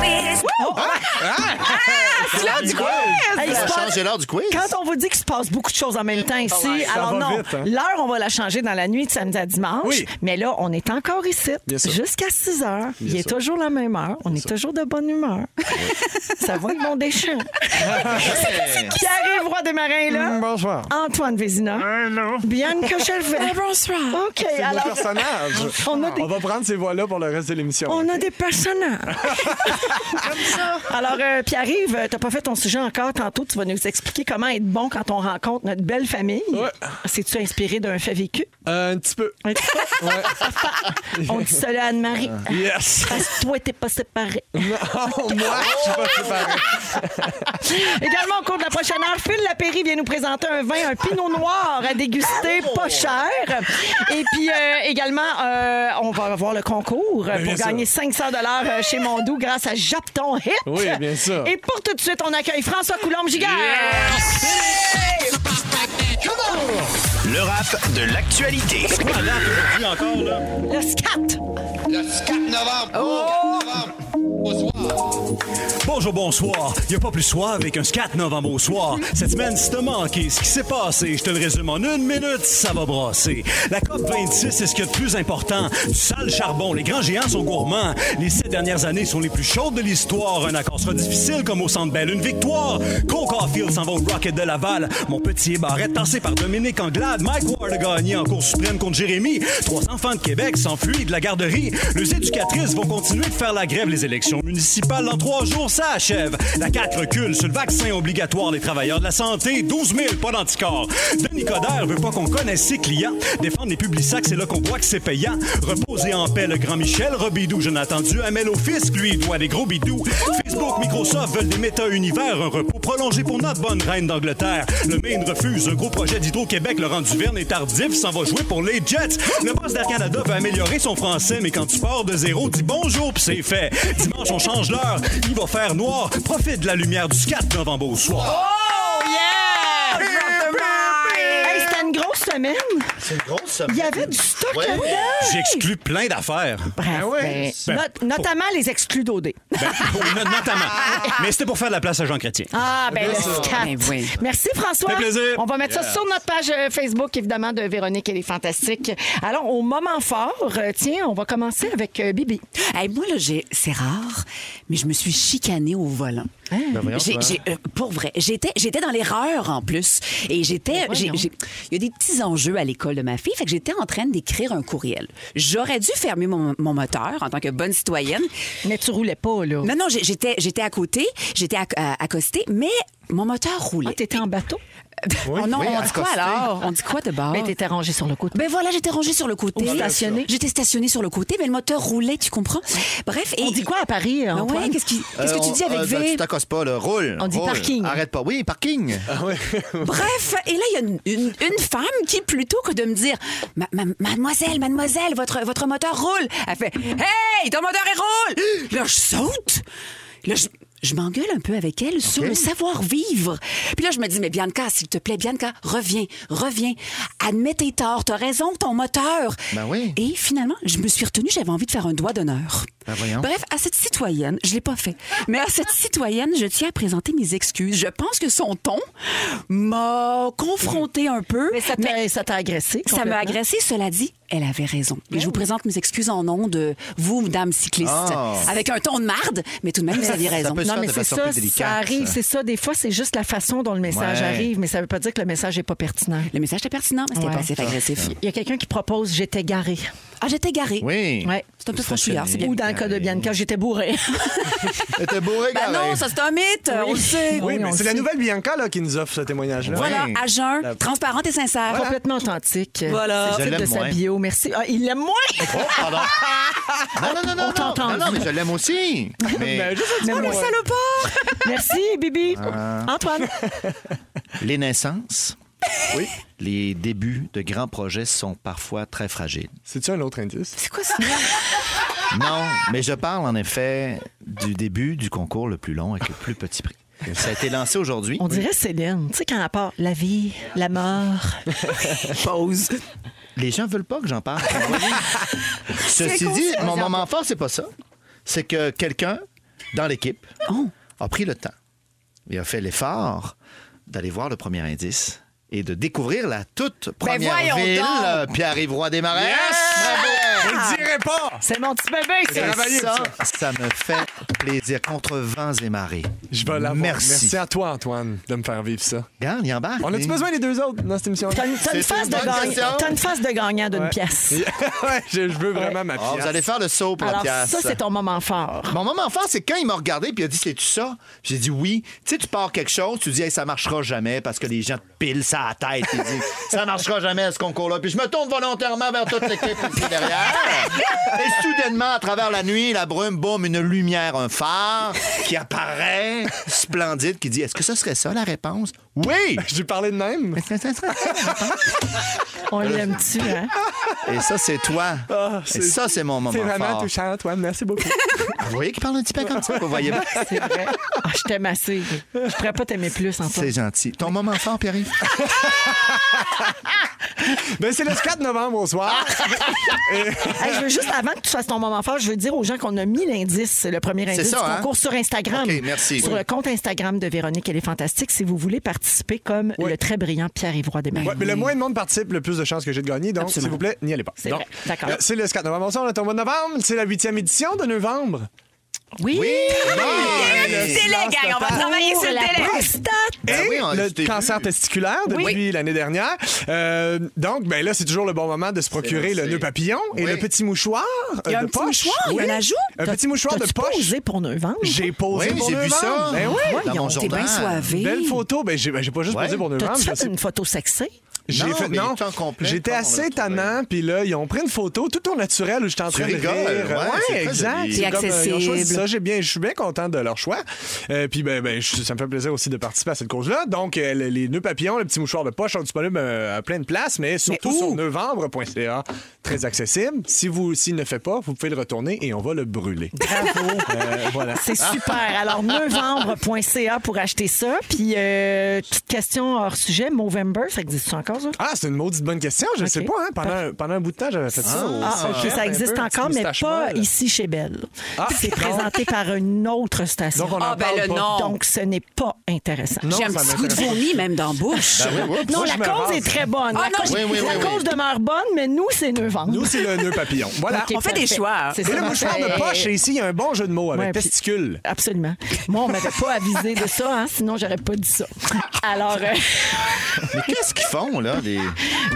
B: C'est l'heure du quiz. Hey, il se passe-
F: Changer l'heure du quiz.
B: Quand on vous dit qu'il se passe beaucoup de choses en même temps ici,
D: Ça
B: alors
D: va
B: non,
D: vite, hein.
B: l'heure, on va la changer dans la nuit de samedi à dimanche.
D: Oui.
B: Mais là, on est encore ici
D: Bien sûr.
B: jusqu'à 6 heures. Il
D: Bien
B: est
D: sûr.
B: toujours la même heure. On est toujours de bonne humeur. ça va, mon déchet. Pierre-Yves Roy Desmarins est là.
D: Mm, bonsoir.
B: Antoine Vézina. Bianca Gervais.
C: Bonsoir.
B: OK,
D: C'est des
B: alors...
D: personnages.
B: On a des-
D: va prendre ces voix-là pour le reste de l'émission.
B: On a des personnages. Alors, euh, Pierre-Yves, euh, t'as pas fait ton sujet encore tantôt. Tu vas nous expliquer comment être bon quand on rencontre notre belle famille.
D: Ouais.
B: C'est-tu inspiré d'un fait vécu?
D: Euh, un petit peu.
B: Un petit peu? on dit ça là, Anne-Marie.
D: Ah. Yes.
B: Parce que toi, t'es pas séparée.
D: Non, Oh, moi, je suis pas séparé.
B: Également, au cours de la prochaine heure, Phil Lapéry vient nous présenter un vin, un pinot noir à déguster,
D: Oh!
B: pas cher. Et puis, euh, également, euh, on va avoir le concours
D: Ben, bien
B: pour
D: sûr.
B: gagner 500 dollars euh, chez Mondou grâce à Japton Hit.
D: Oui, bien sûr.
B: Et pour tout de suite, on accueille François Coulombe-Gigard.
L: Le rap de l'actualité.
B: Le scat.
N: Bonjour, bonsoir. Y a pas plus soir avec un 4 novembre au soir. Cette semaine, si t'as manqué ce qui s'est passé, je te le résume en une minute, ça va brasser. La COP26 c'est ce qu'il y a de plus important. Du sale charbon, les grands géants sont gourmands. Les sept dernières années sont les plus chaudes de l'histoire. Un accord sera difficile comme au Centre Bell. Une victoire. Cole Caulfield s'en va au Rocket de Laval. Mon petit barrette tassé par Dominique Anglade. Mike Ward a gagné en Cour suprême contre Jérémy. Trois enfants de Québec s'enfuient de la garderie. Les éducatrices vont continuer de faire la grève. Les élections municipales entre trois jours, ça achève. La 4 recule sur le vaccin obligatoire des travailleurs de la santé. 12 000, pas d'anticorps. Denis Coderre veut pas qu'on connaisse ses clients. Défendre les publics sacs, c'est là qu'on voit que c'est payant. Reposer en paix le grand Michel, Robidou, Jonathan Duhamel au fisc, lui, il doit des gros bidous. Facebook, Microsoft veulent des méta-univers, un repos prolongé pour notre bonne reine d'Angleterre. Le Maine refuse un gros projet d'Hydro-Québec. Laurent Duverne est tardif, s'en va jouer pour les Jets. Le boss d'Air Canada veut améliorer son français, mais quand tu pars de zéro, dis bonjour puis c'est fait. Dimanche, on change l'heure. Il va faire noir. Profite de la lumière du 4 novembre au soir.
B: Oh yeah! Hey, C'était une grosse semaine.
F: C'est une grosse
B: Il y avait du stock
N: Ouais.
B: là-dedans.
F: Euh,
N: J'exclus plein d'affaires.
B: Bref, ben,
N: Ben,
B: not- notamment les exclus d'OD.
N: ben, pour- no- notamment. Mais c'était pour faire de la place à Jean Chrétien.
B: Ah, ben
N: Ah.
B: le scat.
N: Ben oui.
B: Merci François.
N: Ça fait plaisir.
B: On va mettre ça
N: Yeah.
B: sur notre page euh, Facebook, évidemment, de Véronique et les Fantastiques. Alors, au moment fort, euh, tiens, on va commencer avec euh, Bibi.
C: Hey, moi, là, j'ai- c'est rare, mais je me suis chicanée au volant.
B: Ben voyons,
C: J'ai-
B: toi.
C: j'ai- euh, pour vrai, j'étais j'étais dans l'erreur en plus. Et j'étais.
B: Ben
C: j'ai- j'ai- Il y a des petits enjeux à l'école de ma fille, fait que j'étais en train d'écrire un courriel. J'aurais dû fermer mon, mon moteur en tant que bonne citoyenne.
B: Mais tu roulais pas, là.
C: Non, non, j'ai- j'étais j'étais à côté, j'étais acc- à- accostée, mais mon moteur roulait. Ah,
B: t'étais en bateau?
C: oh non,
B: Oui,
C: on dit quoi
B: accostée.
C: alors? On dit quoi de bord?
B: Mais t'étais rangé sur le côté.
C: Ben voilà, j'étais rangée sur le côté.
B: Ou stationnée.
C: J'étais stationnée sur le côté, mais le moteur roulait, tu comprends? Bref.
B: On dit quoi à Paris,
C: Ah
B: Antoine?
C: ouais, qu'est-ce qui- qu'est-ce
F: Euh,
C: que tu
F: on-
C: dis avec
F: euh,
C: V?
F: Tu t'accostes pas, là. Roule.
C: On dit
F: roule.
C: parking.
F: Arrête pas. Oui, parking.
C: Bref, et là, il y a une, une- une femme qui, plutôt que de me dire Ma- ma- Mademoiselle, mademoiselle, votre, votre moteur roule, elle fait Hey, ton moteur il roule Là, je saute. Là, je. je m'engueule un peu avec elle sur le savoir-vivre. Puis là, je me dis, mais Bianca, s'il te plaît, Bianca, reviens, reviens. Admets tes torts, t'as raison, ton moteur.
F: Ben oui.
C: Et finalement, je me suis retenue, j'avais envie de faire un doigt d'honneur.
F: Ben voyons.
C: Bref, à cette citoyenne, je l'ai pas fait, mais à cette citoyenne, je tiens à présenter mes excuses. Je pense que son ton m'a confronté un peu. Mais ça
B: t'a agressé.
C: Ça m'a
B: complètement. Ben
C: agressé, cela dit, elle avait raison. Et je vous présente mes excuses en nom de vous, madame cycliste,
B: Ah.
C: avec un ton de marde, mais tout de même, vous aviez raison.
B: non, mais c'est ça, ça arrive, c'est ça. Des fois, c'est juste la façon dont le message
C: Ouais.
B: arrive, mais ça veut pas dire que le message est pas pertinent.
C: Le message était pertinent, mais c'était
B: Ouais.
C: passif agressif.
B: Il y a quelqu'un qui propose j'étais garé.
C: Ah, j'étais garé.
F: Oui.
B: Ouais.
C: C'est un peu franchouillard, c'est bien.
B: Ou dans le cas de Bianca, j'étais bourré.
F: T'étais bourré,
C: Ben non, ça c'est un mythe, on le sait.
D: Oui, mais c'est la nouvelle Bianca là, qui nous offre ce témoignage-là.
C: Voilà, à jeun,
D: La-
C: transparente et sincère.
B: Complètement authentique.
C: Voilà.
B: C'est
D: Je
B: le titre Ah, de
D: l'aime
B: sa
D: moins.
B: bio. Merci. Ah, il l'aime moins.
F: Oh, pardon. Non, non, non, non.
B: On t'entend.
F: Non, non, mais je l'aime aussi. Mais...
D: Euh, Ben,
B: Mais moi. Oh, Merci, Bibi.
F: Ah.
B: Antoine.
F: Les naissances. Oui. Les débuts de grands projets sont parfois très fragiles.
D: C'est-tu un autre indice?
C: C'est quoi ça?
D: Ah,
F: Non, mais je parle en effet du début du concours le plus long avec le plus petit prix. Ça a été lancé aujourd'hui.
B: On dirait Céline. Tu sais, quand elle part, la vie, la mort.
C: Pause.
F: Les gens veulent pas que j'en parle. Ceci
B: C'est
F: dit,
B: conscient.
F: mon moment fort, c'est pas ça. C'est que quelqu'un dans l'équipe
B: Oh.
F: a pris le temps et a fait l'effort d'aller voir le premier indice et de découvrir la toute première
B: Ben voyons
F: ville,
B: donc!
F: Pierre-Yves Roy des Marais.
D: pas!
B: C'est mon petit bébé,
F: Et
B: c'est
F: ça, ça me fait plaisir. Contre vents et marées.
D: Je vais l'avoir.
F: Merci.
D: Merci à toi, Antoine, de me faire vivre ça.
F: Regarde, il embarque.
D: On a-tu
F: lui.
D: besoin des deux autres dans cette émission-là?
B: T'as une, t'as une face de gagnant. T'as une face de gagnant d'une
D: Ouais.
B: pièce.
D: ouais, je, je veux vraiment ma pièce.
F: Ah, vous allez faire le saut pour
B: Alors,
F: la pièce.
B: ça, c'est ton moment fort.
F: Mon moment fort, c'est quand il m'a regardé puis il a dit C'est-tu ça J'ai dit oui. Tu sais, tu pars quelque chose, tu dis hey, Ça marchera jamais parce que les gens te pilent ça à la tête. Ils disent Ça marchera jamais ce concours-là. Puis je me tourne volontairement vers toute l'équipe ici derrière. Et soudainement, à travers la nuit, la brume, boum, une lumière, un phare qui apparaît, splendide, qui dit Est-ce que ce serait ça la réponse Oui
D: J'ai parlé de même.
B: On l'aime-tu, hein?
F: Et ça, c'est toi.
D: Ah,
F: Et ça, c'est mon moment
D: C'est vraiment
F: fort.
D: touchant, Antoine. Merci beaucoup.
F: Vous voyez qu'il parle un petit peu comme ça, vous voyez pas?
B: C'est vrai. Ah, je t'aime assez. Je pourrais pas t'aimer plus, Antoine.
F: C'est gentil. Ton moment fort, Pierre-Yves?
D: ben, c'est le 4 novembre au soir.
F: Ah,
B: Hey, je veux juste, avant que tu fasses ton moment fort, je veux dire aux gens qu'on a mis l'indice, le premier
F: C'est
B: indice
F: ça,
B: du
F: hein?
B: concours sur Instagram.
F: OK, merci.
B: Sur
F: Oui.
B: le compte Instagram de Véronique, elle est fantastique. Si vous voulez participer comme le très brillant Pierre-Yves Roy des Marais.
D: Ouais, mais le moins de monde participe, le plus de chances que j'ai de gagner. Donc, s'il vous plaît, n'y allez pas.
B: C'est
D: Donc,
B: vrai. D'accord.
D: euh, c'est le 4 novembre. On est au mois de novembre. C'est la huitième édition de novembre.
B: Oui!
D: Bon, le silence total.
B: Pour la prostate.
D: Et
F: oui, on-
D: le cancer testiculaire depuis l'année dernière. Euh, donc, ben là, c'est toujours le bon moment de se procurer le nœud papillon et le petit mouchoir
C: Il y a
D: euh,
C: un
D: de
C: petit
D: poche.
C: mouchoir, il y a
D: Oui.
C: un ajout.
D: Un petit mouchoir de poche.
B: posé pour nous vendre.
D: J'ai posé
B: Oui,
D: pour
B: j'ai
D: nous
B: vu ça
D: vendre. Ben oui.
B: Voyons, Dans mon t'es journal. bien soivé.
D: Belle photo. Ben, j'ai ben, j'ai pas juste posé pour nous vendre.
B: T'as-tu
D: je
B: fait
D: sais-
B: une photo sexée?
D: J'ai fait non. J'étais assez tannant, puis là ils ont pris une photo tout au naturel où j'étais en
F: Tu
D: train de
F: rigoles,
D: rire.
F: ouais, c'est très
D: exact.
F: joli.
D: C'est
F: C'est
D: comme, euh, ils ont choisi
F: accessible.
D: ça, j'ai bien, je suis bien content de leur choix. Euh, puis ben, ben, je- ça me fait plaisir aussi de participer à cette cause-là. Donc euh, les, les nœuds papillons, le petit mouchoir de poche sont disponibles euh, à plein de places, mais surtout sur novembre.ca, très accessible. Si vous s'il ne le fait pas, vous pouvez le retourner et on va le brûler. Bravo. voilà.
B: C'est super. Alors, novembre.ca pour acheter ça. Puis, euh, petite question hors sujet, Movember, ça existe encore, ça?
D: Ah, c'est une maudite bonne question. Je ne sais
B: Ok.
D: pas. hein. pendant, un- pendant un bout de temps, j'avais fait ça. au
B: Ah, ok,
D: cégep, un
B: ça existe
D: peu, un petit
B: encore, mais
D: moustache
B: pas
D: molle.
B: ici chez Belle.
D: Ah,
B: c'est
D: non.
B: présenté par une autre station.
D: Donc, on en Ah, ben parle là, pas. non.
B: Donc, ce n'est pas intéressant.
D: Non,
C: J'ai un ça petit goût de m'intéresse. vomi, même dans la bouche. Ben oui, oui.
B: non,
C: Moi,
B: la
C: je me
B: cause
C: rase.
B: est très bonne.
C: Ah,
B: la
C: non,
B: cause,
C: oui, oui,
B: la
C: oui, oui.
B: cause demeure bonne, mais nous, c'est novembre.
D: Nous, c'est le nœud papillon. Voilà.
B: Ok,
D: on fait
B: parfait.
D: des choix. hein.
B: C'est
D: Et
B: ça.
D: le mouchoir de
B: Ouais.
D: poche, et ici, il y a un bon jeu de mots avec
B: Ouais, puis-
D: testicule.
B: Absolument. Moi, on m'avait pas avisé de ça, hein, sinon j'aurais pas dit ça. Alors, euh,
F: Mais qu'est-ce qu'ils font, là? Les...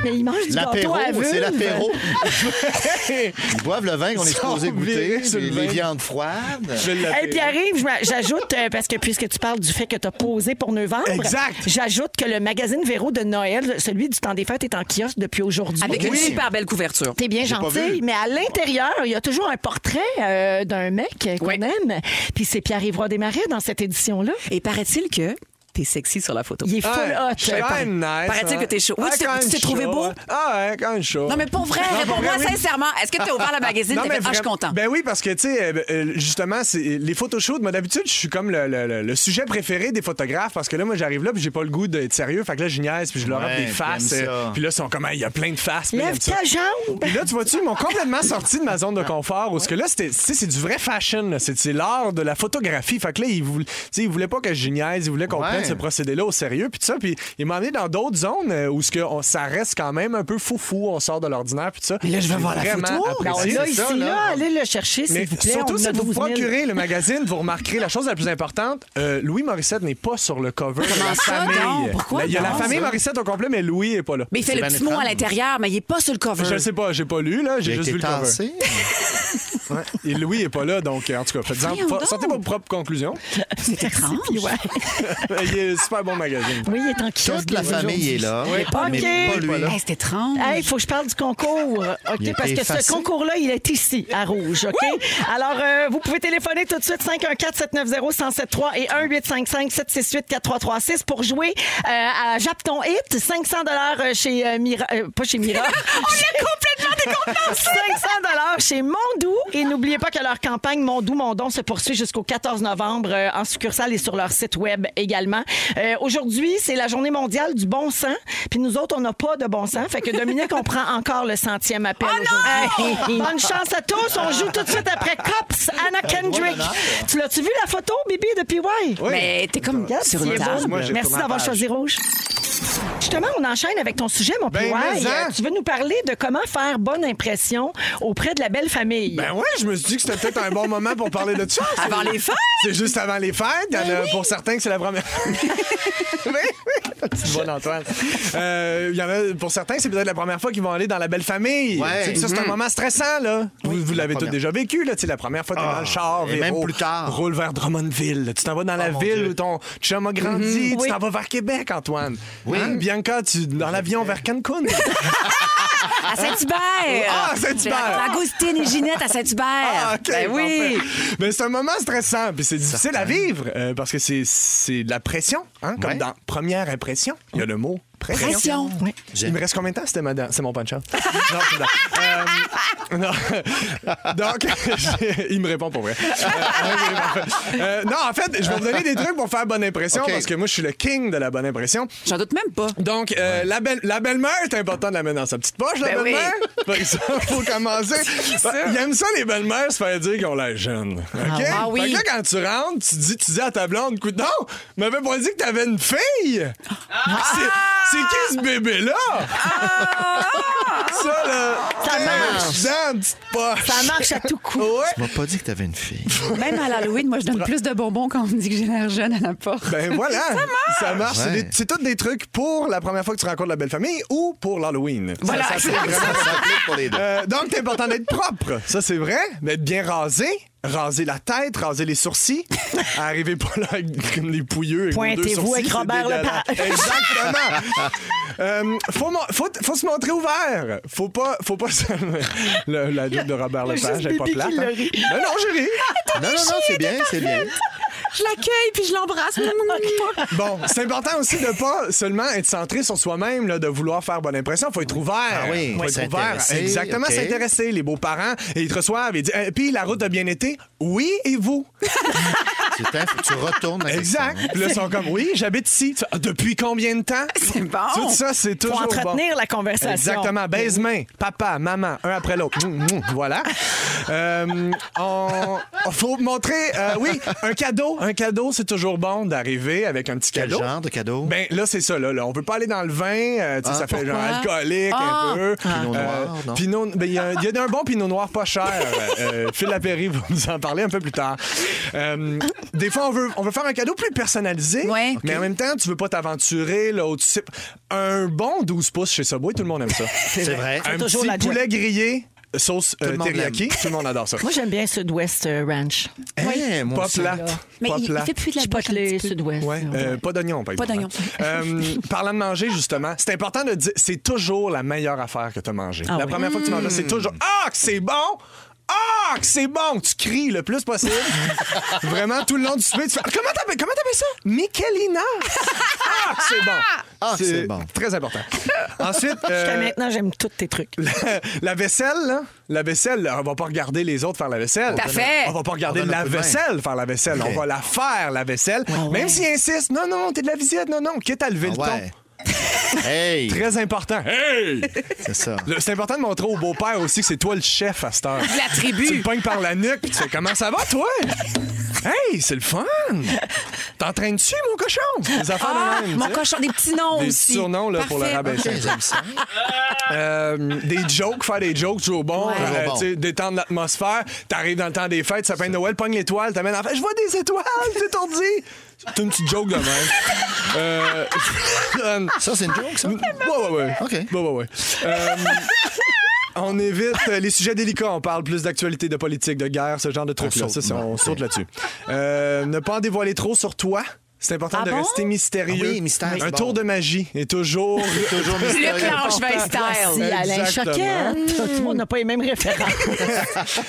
B: mais ils mangent du gâteau
F: L'apéro,
B: à vulve.
F: c'est l'apéro. Ils boivent le vin qu'on est
D: Ils sont
F: supposé goûter,
D: virés sur le
F: les, les
D: vin.
F: viandes froides.
D: Je
B: Et puis arrive, je m'a- j'ajoute, euh, parce que puisque tu parles du fait que tu as posé pour novembre,
D: Exact.
B: j'ajoute que le magazine Véro de Noël, celui du temps des fêtes, est en kiosque depuis aujourd'hui.
C: Avec une super belle couverture.
B: T'es bien
C: J'ai pas
B: gentil,
C: vu.
B: mais à l'intérieur, il y a toujours un portrait euh, d'un mec qu'on aime. Puis c'est Pierre-Yves Roy Desmarais dans cette édition-là.
C: Et paraît-il que t'es sexy sur la pphoto.
B: Il est full
D: Ouais,
B: hot. euh,
D: je suis quand même nice,
C: Paraît-il
D: ouais.
C: que t'es chaud. Oui,
D: Ouais,
C: tu t'es-
D: quand
C: tu
D: même
C: t'es trouvé
D: chaud,
C: beau?
D: ouais. Ah, ouais, quand même chaud.
C: Non, mais pour vrai,
D: Non,
C: réponds-moi
D: pour vrai, oui.
C: sincèrement. Est-ce que t'as ouvert le magazine?
D: Non,
C: T'as
D: mais
C: fait, ah, je suis
D: vraiment-
C: content.
D: Ben oui, parce que, tu sais, euh, euh, justement, c'est- les photos chaudes, moi, d'habitude, je suis comme le, le- le- le sujet préféré des photographes parce que là, moi, j'arrive là, puis j'ai pas le goût d'être sérieux. Fait que là, je niaise, puis je leur offre
F: Ouais,
D: des faces.
F: t'aimes ça.
D: euh, Puis là, ils sont comme, Ah, il y a plein de faces. mais
B: Lève
D: j'aime ça.
B: ta jambe.
D: Puis là, tu vois-tu, ils m'ont complètement sorti de ma zone de confort. Parce que là, c'était- tu sais, c'est du vrai fashion. là. C'est c'est l'art de la photographie. Fait que là, ils voulaient, tu sais, ils voulaient pas que je niaise. Ils voulaient qu'on
F: Ouais.
D: prenne ce procédé-là au sérieux. Puis tout ça. Puis ils m'ont amené dans d'autres zones euh, où ce que on- ça reste quand même un peu foufou. On sort de l'ordinaire. Puis tout ça.
B: là, je vais
D: J'ai
B: voir la
D: vraiment
B: photo.
D: apprécié.
B: Ben, on l'a
D: Ah, C'est ça,
B: ici, là. Allez le chercher, s'il
D: Mais
B: vous plaît. On
D: Surtout,
B: en
D: si
B: a
D: vous
B: 12 000.
D: procurez le magazine, vous remarquerez la chose la plus importante euh, Louis Morissette n'est pas sur le cover. de la
C: Comment ça,
D: famille.
C: donc? Pourquoi
D: Là, Il y a la
C: donc?
D: famille Morissette au complet, mais Louis est pas là.
C: Mais il fait le petit mot à l'intérieur, mais il est pas sur le cover.
D: Je le sais pas, j'ai pas lu, là,
F: Il
D: j'ai
F: a
D: juste
F: été
D: vu le cover.
F: tassé.
D: Ouais. Et Louis est pas là, donc euh, en tout cas, faites-en,
C: Voyons
D: fa-
C: donc.
D: sortez vos propres conclusions.
C: C'est étrange.
D: Il est super bon magazine.
B: Oui, Ah, il est en kiosque.
F: Toute la famille est là,
B: Oui.
F: mais
B: OK.
F: pas lui.
C: Hey, c'est étrange.
B: Il faut que je parle du concours.
F: Il
B: OK,
F: a
B: parce
F: été
B: que ce
F: effacé.
B: concours-là, il est ici, à Rouge. OK? Alors, euh, vous pouvez téléphoner tout de suite 514-790-1073 et 1-855-768-4336 pour jouer euh, à Japton Hit. 500 euh, chez euh, Mira. euh, pas chez Mira. On est complètement décontenancé. 500 chez Mondou. Et n'oubliez pas que leur campagne Mondou Mondon se poursuit jusqu'au 14 novembre euh, en succursale et sur leur site web également. Euh, Aujourd'hui, c'est la journée mondiale du bon sang. Puis nous autres, on n'a pas de bon sang. Fait que Dominique, on prend encore le centième appel
C: Ah
B: aujourd'hui. Bonne chance à tous. On joue tout de suite après Cops, Anna Kendrick. Tu l'as-tu vu la photo, Bibi, de PY?
C: Mais t'es comme
B: Regarde,
C: sur
B: tu
C: une
B: es
C: table.
B: bonne.
D: Moi, j'ai
B: Merci
D: tourné la
B: d'avoir
D: page.
B: choisi rouge. Justement, on enchaîne avec ton sujet, mon
D: Ben,
B: PY.
D: mais
B: Euh,
D: en.
B: Tu veux nous parler de comment faire bonne impression auprès de la belle famille.
D: Ben ouais, je me suis dit que c'était peut-être un bon moment pour parler de ça. C'est-
C: Avant les fêtes? Ben
D: C'est juste avant les fêtes. Il y en a pour certains que c'est la première. Oui, oui. C'est bon, Antoine. Euh, Il y en a pour certains que c'est peut-être la première fois qu'ils vont aller dans la belle famille.
F: Ouais.
D: Tu sais, Ça, c'est un
F: Mhm.
D: moment stressant, là. Vous, vous l'avez tous
F: première.
D: déjà vécu, là. Tu sais, la première fois, t'es
F: Ah,
D: dans le char,
F: et
D: Véro,
F: même plus tard. Oh,
D: Roule vers Drummondville. là. Tu t'en vas dans la
F: mon
D: ville
F: Dieu. Mm-hmm.
D: où ton chum a grandi.
B: Mhm.
D: Tu
B: Oui.
D: t'en vas vers Québec, Antoine.
F: Oui.
D: Hein, Bianca, tu dans l'avion vers Cancun.
C: À Saint-Hubert.
D: Ah, Saint-Hubert.
C: Agostine et Ginette à Saint-Hubert.
D: Ah, OK.
C: ben oui.
D: parfait. Ben, c'est un moment stressant, puis c'est difficile à vivre euh, parce que c'est, c'est de la pression, hein, comme
F: Ouais.
D: dans première impression. Il y a le mot pression.
C: Pression.
B: Oui.
D: Il me reste combien de temps? C'était ma dan- C'est mon punch out. non, c'est dans- Euh, non. Donc, il me répond pour vrai. Euh, ok, parfait. Euh, non, en fait, je vais vous donner des trucs pour faire bonne impression
F: Ok.
D: parce que moi, je suis le king de la bonne impression.
C: J'en doute même pas.
D: Donc, euh, la, belle, la belle-mère, c'est important de la mettre dans sa petite poche, la
C: Ben oui.
D: belle-mère. Par exemple, faut commencer. Il aime ça, les belles-mères, se faire dire qu'ils ont l'air jeunes. OK?
C: Ah oui.
D: Fait que là, quand tu rentres, tu dis, tu dis à ta blonde, écoute, non, m'avais pas dit que t'avais une fille. C'est, c'est qui ce bébé-là? ça, là.
B: Ça
D: marche. Dans la petite poche.
B: Ça marche à tout coup.
D: Ouais.
F: Tu m'as pas dit que t'avais une fille.
C: Même à l'Halloween, moi, je donne plus de bonbons quand on me dit que j'ai l'air jeune à la porte.
D: Ben voilà, ça marche. C'est
F: Ouais.
D: des- C'est tous des trucs pour la première fois que tu rencontres la belle famille ou pour l'Halloween. Ça
C: Voilà,
D: s'applique
C: c'est
D: vraiment
F: Ça applique pour les deux.
D: Euh, donc, c'est important d'être propre. Ça, c'est vrai. D'être bien rasé. raser la tête, raser les sourcils. Arrivez pas là avec- comme des pouilleux. avec vos deux
B: Pointez-vous
D: sourcils,
B: avec
D: c'est
B: Robert
D: dégueulasse.
B: Lepage.
D: Exactement. Euh, faut, mo- faut, faut se montrer ouvert. Faut pas, faut pas se- le- la joke de Robert
B: Il y a juste
D: Lepage, elle est pas
B: Bibi
D: plate.
B: qui
D: hein.
B: l'a ri.
D: Non, non, j'ai ri.
B: T'as Non, non, non, chié, c'est t'es bien, c'est bien. parfaite.
C: Ah, Je l'accueille puis je l'embrasse.
D: Bon, c'est important aussi de pas seulement être centré sur soi-même, là, de vouloir faire bonne impression. Faut être ouvert.
F: Ah oui,
D: faut être ouvert.
F: s'intéresser,
D: Exactement,
F: ok.
D: s'intéresser. Les beaux-parents, et ils te reçoivent et disent Eh, Puis la route a bien été. Oui, et vous
F: C'est le temps, faut que tu retournes à
D: Exact.
F: question, hein.
D: Puis là, ils sont comme Oui, j'habite ici. Tu fais, Ah, Depuis combien de temps
C: C'est bon.
D: Tout ça, c'est
B: Faut
D: toujours.
B: entretenir
D: bon.
B: la conversation.
D: Exactement.
F: Ben
D: Ben, Baise-main, papa, maman, un après l'autre. Mou, mou, voilà. Euh, on, on- faut montrer, euh, oui, un cadeau. Un cadeau, c'est toujours bon d'arriver avec un petit
F: Quel
D: cadeau.
F: genre de cadeau?
D: Ben là, c'est ça. Là, là. On peut pas aller dans le vin. euh, tu sais,
F: Ah,
D: ça fait genre
F: pourquoi?
D: alcoolique
F: Ah.
D: un peu.
F: Pinot noir, non?
D: Pinot, ben, il y, a un- il y a un bon pinot noir pas cher. Euh, Phil Lapéry va nous en parler un peu plus tard. Euh, des fois, on veut, on veut faire un cadeau plus personnalisé, mais en même temps, tu veux pas t'aventurer. Là, où tu sais- un bon 12 pouces chez Subway, tout le monde aime ça.
F: C'est vrai.
D: Un
F: C'est toujours
D: petit
F: la joie.
D: poulet grillé, sauce
F: le
D: euh,
F: monde
D: teriyaki,
F: l'aime.
D: tout le monde adore ça.
B: Moi, j'aime bien Sud-Ouest euh, Ranch.
D: Eh, moi Pas aussi. plate. Pas plate.
B: plus de la Je les Sud-Ouest.
D: Ouais, euh, pas d'oignon, par
B: Pas
D: exemple. Euh, parlant de manger, justement, c'est important de dire c'est toujours la meilleure affaire que tu as mangée.
B: Ah
D: la
B: oui.
D: première fois que tu manges, là, c'est toujours Ah, que c'est bon! Ah, que c'est bon! Tu cries le plus possible. Vraiment, tout le long du souper, tu fais Ah, Comment t'appelles comment t'appelles ça? Michelina! Ah, que c'est bon!
F: Ah, que c'est bon.
D: Très important. Ensuite.
B: Jusqu'à
D: euh,
B: maintenant, j'aime tous tes trucs.
D: la, la vaisselle, là, la vaisselle, là, on va pas regarder les autres faire la vaisselle.
C: Tout à fait.
D: On va pas regarder
F: On donne un
D: la
F: coup de main.
D: vaisselle faire la vaisselle.
F: Ok.
D: On va la faire, la vaisselle.
C: Ah
D: Même s'ils insistent, non, non, t'es de la visite, non, non, quitte à lever
F: Ah
D: le ton.
F: ouais. Hey!
D: Très important. Hey!
F: C'est ça.
D: Le- C'est important de montrer au beau-père aussi que c'est toi le chef à cette heure.
C: La tribu.
D: Tu le pognes par la nuque puis tu fais comment ça va, toi? Hey, c'est le fun! T'entraînes-tu, mon cochon? Des affaires
C: Ah,
D: de même,
C: mon
D: tu sais.
C: cochon, des petits noms
D: Des
C: aussi.
D: surnoms là, pour le
C: Parfait.
D: rabaisser.
F: Ok, j'aime ça.
D: Euh, des jokes, faire des jokes, toujours bon,
C: Ouais.
D: euh,
F: Toujours bon.
D: tu sais, détendre l'atmosphère. T'arrives dans le temps des fêtes, ça peint Noël, pogne l'étoile, t'amènes en fait, je vois des étoiles, c'est ton dit. C'est une petite joke de même. Euh, je donne-
F: Ça, c'est une joke, ça?
D: Ouais, ouais, ouais.
F: OK.
D: Ouais, ouais, ouais. Euh, on évite euh, les sujets délicats. On parle plus d'actualité, de politique, de guerre, ce genre de trucs-là.
F: saute,
D: Ça, c'est-
F: ouais.
D: on saute là-dessus. Euh, ne pas en dévoiler trop sur toi. C'est important
C: Ah
D: de
C: bon?
D: rester mystérieux.
F: Ah oui, mystère,
D: Un
F: c'est bon.
D: tour de magie est toujours.
F: Toujours
C: Le
F: mystérieux.
C: planche-veille
B: Si,
C: style.
B: Alain
D: Exactement.
B: Choquette. Tout le monde n'a pas les mêmes références.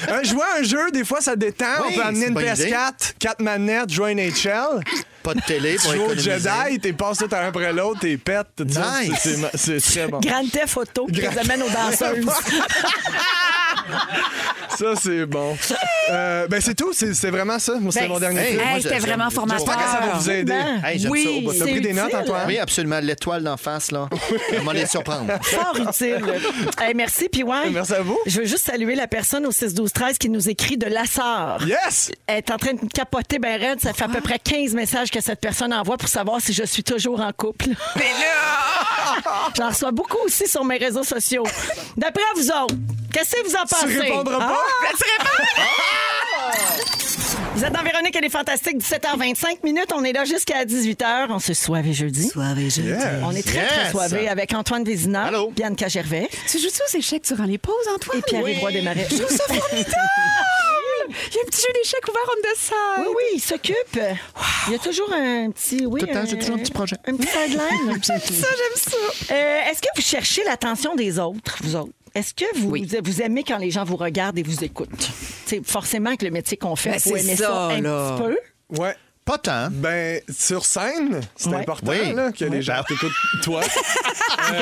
D: Un, jouer à un jeu, des fois, ça détend.
F: Oui,
D: on peut
F: c'est
D: amener
F: une
D: une
F: bonne idée.
D: PS4, 4 manettes, jouer à NHL.
F: Pas de télé
D: Tu
F: pour
D: joues au
F: économiser.
D: Jedi, t'es passé tout un après l'autre, t'es pète, tout ça.
F: Nice.
D: C'est- c'est- C'est c'est très bon.
B: Grande Theft Auto, qui les amène aux danseuses.
D: Ça, c'est bon. Euh, ben, c'est tout. C'est c'est vraiment ça. Moi, c'est
C: Ben,
D: mon dernier
F: hey,
D: truc.
F: moi,
C: Hey, c'était
F: j'aime-
C: vraiment
F: j'espère que
D: J'espère que ça va
C: formateur.
D: vous aider.
B: Ben,
F: Hey, j'aime ça au
B: oui,
F: bout.
D: T'as
B: c'est
D: pris des
B: utile.
D: notes, Antoine?
F: Oui, absolument. L'étoile d'en face, là. On va les surprendre.
B: Fort utile. Hey, merci, puis ouais.
D: Merci à vous.
B: Je veux juste saluer la personne au 6-12-13 qui nous écrit de Lassar.
D: Yes!
B: Elle est en train de me capoter ben raide. Ça fait à peu près 15 messages que cette personne envoie pour savoir si je suis toujours en couple.
C: Mais là,
B: J'en reçois beaucoup aussi sur mes réseaux sociaux. D'après vous autres, qu'est-ce que vous en pensez?
D: répondras pas?
B: Ah! Vous êtes dans Véronique, elle est fantastique, 17h25 minutes. On est là jusqu'à 18h. On se soive et jeudi.
D: Yeah.
B: On est très,
F: Yes.
B: très soivé avec Antoine Vézina,
F: Allô.
B: Bianca Gervais
C: tu joues-tu aux échecs durant les pauses, Antoine?
B: et Pierre-Yves des Marais.
C: Je trouve ça formidable! Il y a un petit jeu d'échecs ouvert on the side.
B: Oui, Ah oui, il s'occupe. Il y a toujours un petit. Oui,
F: Tout le temps,
B: un-
F: j'ai toujours un petit projet.
B: Un petit sideline.
C: Ça, j'aime ça.
B: Euh, Est-ce que vous cherchez l'attention des autres, vous autres? Est-ce que vous,
C: Oui.
B: vous aimez quand les gens vous regardent et vous écoutent? C'est forcément que le métier qu'on fait,
C: Ben,
B: vous
C: c'est
B: aimez ça,
C: ça,
B: un
C: là.
B: petit peu.
D: Ouais.
F: Pas tant.
D: Ben, sur scène, c'est
B: Ouais.
D: important
F: Oui.
D: là, que les gens t'écoutent, toi. Euh,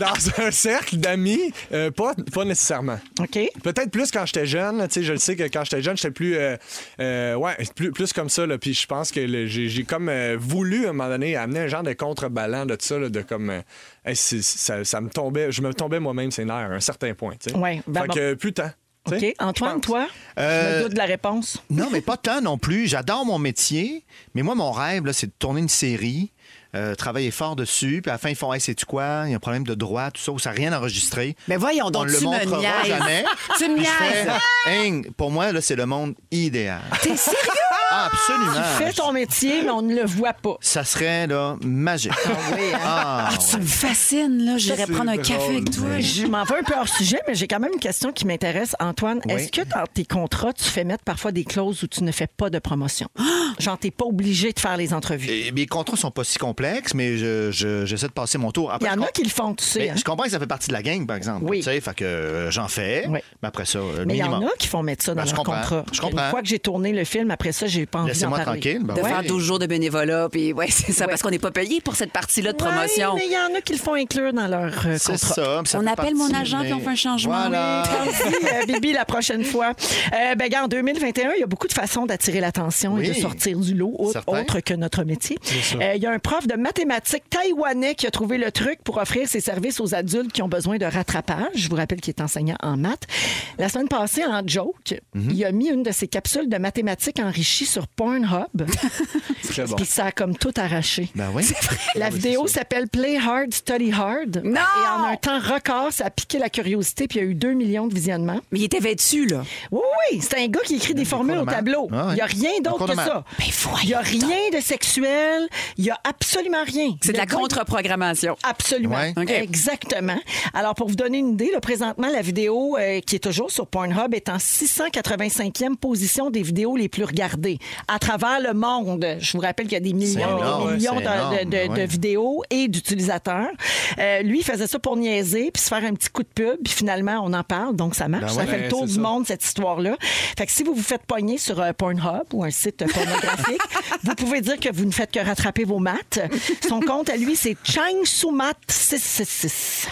D: dans un cercle d'amis, euh, pas, pas nécessairement.
B: OK?
D: Peut-être plus quand j'étais jeune. là, tu sais, Je le sais que quand j'étais jeune, j'étais plus, euh, euh, ouais, plus, plus comme ça. là, Puis je pense que le- j'ai j'ai comme euh, voulu, à un moment donné, amener un genre de contrebalan de ça, là, de comme... euh, hey, c'est- ça, ça me tombait... Je me tombais moi-même ses nerfs à un certain point. tu sais.
B: Ouais, ben
D: fait
B: bon.
D: que plus tant. tu
B: OK.
D: sais,
B: Antoine,
D: je pense.
B: toi, je me
F: Euh,
B: doute de la réponse.
F: Non, mais pas tant non plus. J'adore mon métier, mais moi, mon rêve, là, c'est de tourner une série, euh, travailler fort dessus, puis à la fin, ils font Hey, sais-tu quoi Il y a un problème de droit, tout ça, où ça n'a rien enregistré.
C: Mais voyons donc,
F: On ne le
C: tu me
F: montrera
C: niaises.
F: jamais.
C: Tu me
F: Puis je fais,
C: niaises.
F: Hein, pour moi, là, c'est le monde idéal.
C: T'es sérieux?
F: Ah, absolument.
B: Tu fais ton métier, mais on ne le voit pas.
F: Ça serait là, magique. Ah
B: oui, hein?
C: Ah, tu me fascines, là. J'irais prendre un café avec toi.
B: Je m'en vais un peu hors sujet, mais j'ai quand même une question qui m'intéresse, Antoine.
C: Oui.
B: Est-ce que dans tes contrats, tu fais mettre parfois des clauses où tu ne fais pas de promotion? Genre, t'es pas obligé de faire les entrevues.
F: Et mes contrats sont pas si complexes, mais je- je- j'essaie de passer mon tour. Après,
B: Il y
F: je
B: en a
F: com-
B: qui le font, tu sais.
F: Mais
B: hein.
F: Je comprends que ça fait partie de la gang, par exemple.
B: Oui.
F: Tu sais, fait que euh, j'en fais, mais après ça, euh,
B: Mais il y en
F: minimum.
B: a qui font mettre ça dans
F: Ben, je
B: leur
F: comprends.
B: contrat.
F: Je comprends.
B: Une fois que j'ai tourné le film, après ça, j'ai pas envie d'en
F: Laissez-moi
B: parler.
F: tranquille,
D: Ah
F: ben
C: De faire 12 jours de bénévolat, puis ouais, c'est ça, parce qu'on n'est pas payé pour cette partie-là de promotion.
B: Ouais, mais il y en a qui le font inclure dans leur euh,
C: C'est
B: contrat.
C: ça, puis ça On fait appelle mon partie, agent, puis on mais- fait un changement, Voilà. oui.
B: Merci, euh, Bibi, la prochaine fois. Euh, ben, gars, en 2021, il y a beaucoup de façons d'attirer l'attention et
O: Oui.
B: de sortir du lot, au- autre,
O: Certain.
B: que notre métier.
O: C'est ça.
B: Euh, il y a un prof de mathématiques taïwanais qui a trouvé le truc pour offrir ses services aux adultes qui ont besoin de rattrapage. Je vous rappelle qu'il est enseignant en maths. La semaine passée, en joke,
O: Mhm.
B: il a mis une de ses capsules de mathématiques enrichies sur Pornhub.
D: Très bon.
B: Puis ça a comme tout arraché.
F: Ben oui.
O: Ah
B: La vidéo s'appelle Play Hard, Study Hard. Et en un temps record, ça a piqué la curiosité, puis il y a eu 2 millions de visionnements.
C: Mais il était vêtu, là.
B: Oui, oui, c'est un gars qui écrit des formules au
O: hein?
C: maths.
B: tableau.
C: Ah oui.
B: Il n'y a rien
C: Un cours
B: d'autre
C: de
B: que
C: maths.
B: ça.
C: Ben
B: il n'y a rien de sexuel, il n'y a absolument rien.
C: C'est de la contre-programmation.
B: Absolument.
C: Ouais. OK.
B: Exactement. Alors, pour vous donner une idée, là, présentement, la vidéo euh, qui est toujours sur Pornhub est en 685e position des vidéos les plus regardées à travers le monde. Je vous rappelle qu'il y a des millions et
O: énorme,
B: des millions
O: c'est énorme,
B: de, de- de-
O: ouais.
B: de vidéos et d'utilisateurs. Euh, lui, il faisait ça pour niaiser, puis se faire un petit coup de pub, puis finalement, on en parle, donc ça marche.
O: Ben
B: ça
O: ouais.
B: fait le
O: Ouais,
B: tour
O: c'est
B: du
O: ça.
B: monde, cette histoire-là. Fait que si vous vous faites pogner sur euh, Pornhub ou un site pornographique, vous pouvez dire que vous ne faites que rattraper vos maths. Son compte à lui, c'est Chang Sumat 666.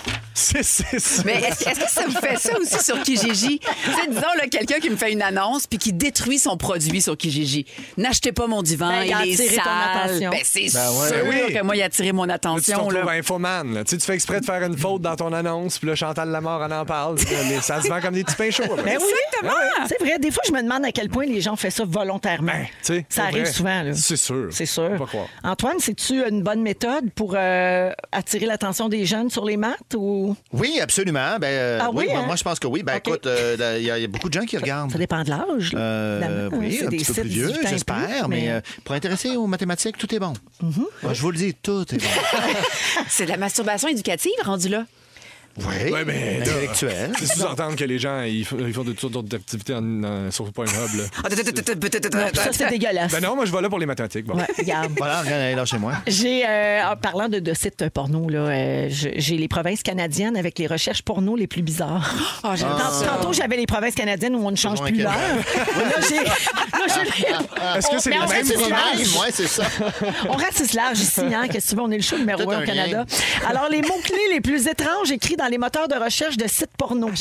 C: Mais est-ce est-ce que ça vous fait ça aussi sur Kijiji? Tu sais, disons, là, quelqu'un qui me fait une annonce puis qui détruit son produit sur Kijiji. N'achetez pas mon divan,
B: Ben, il
C: il,
B: a
C: est
B: attiré ton
C: sale.
B: attention.
C: Ben, c'est
D: Ben ouais.
C: sûr
D: Ben oui.
C: que moi, il a attiré mon
D: Là, tu te
C: attention. là.
D: retrouves infoman. Là. Tu, sais, tu fais exprès de faire une faute dans ton annonce, puis là, Chantal Lamort en en parle. mais ça se vend comme des petits pains chauds. après.
B: Ben oui, C'est vrai. Des fois, je me demande à quel point les gens font ça volontairement.
D: Ben, Tu sais,
B: ça
D: pour
B: arrive
D: vrai.
B: souvent. là.
D: C'est sûr.
B: C'est sûr.
D: Faut Pas croire.
B: Antoine, c'est-tu une bonne méthode pour euh, attirer l'attention des jeunes sur les maths ou
F: Oui, absolument. Ben, euh,
B: Ah oui,
F: moi,
B: hein?
F: moi, je pense que oui. Ben, écoute, euh, il y, a- il y a beaucoup de gens qui regardent. Ça
B: dépend de l'âge.
F: Ah, Euh,
B: évidemment.
F: oui,
B: C'est
F: un
B: des
F: petit peu
B: sites
F: plus vieux,
B: 18 ans et plus,
F: j'espère. Mais,
B: mais- Mm-hmm.
F: euh, pour intéresser aux mathématiques, tout est bon. Ah, je vous le dis, tout est bon.
C: C'est de la masturbation éducative rendue là.
F: Oui,
D: Ouais, mais
F: intellectuel.
D: C'est sous-entendre que les gens ils, f- ils font de toutes sortes d'activités en, en- sur Pornhub. là.
B: Ah, Ça, c'est dégueulasse.
D: Ben non, moi je vais là pour les mathématiques. Bon.
B: Ouais, regarde.
F: Voilà, regarde, elle est là chez moi.
B: J'ai, euh, en parlant de, de sites porno, là, euh, je- j'ai les provinces canadiennes avec les recherches porno les plus bizarres.
C: Ah,
O: j'aime
D: Ah.
B: Tant-
O: ça.
B: Tantôt, j'avais les provinges canadiennes où on ne change plus l'heure.
O: Toujours
B: là, j'ai. là, j'ai-
O: Ah, Est-ce que c'est
B: Mais
F: Ah,
O: les
B: on
O: mêmes
B: reste large.
O: provinces? Ouais, c'est ça.
B: On ratisse large ici, hein, que tu veux, on est le show numéro
O: Peut-être
B: un au
O: un
B: Canada.
O: lien.
B: Alors, les mots-clés les plus étranges écrits dans les moteurs de recherche de sites
O: Ah,
B: porno. OK?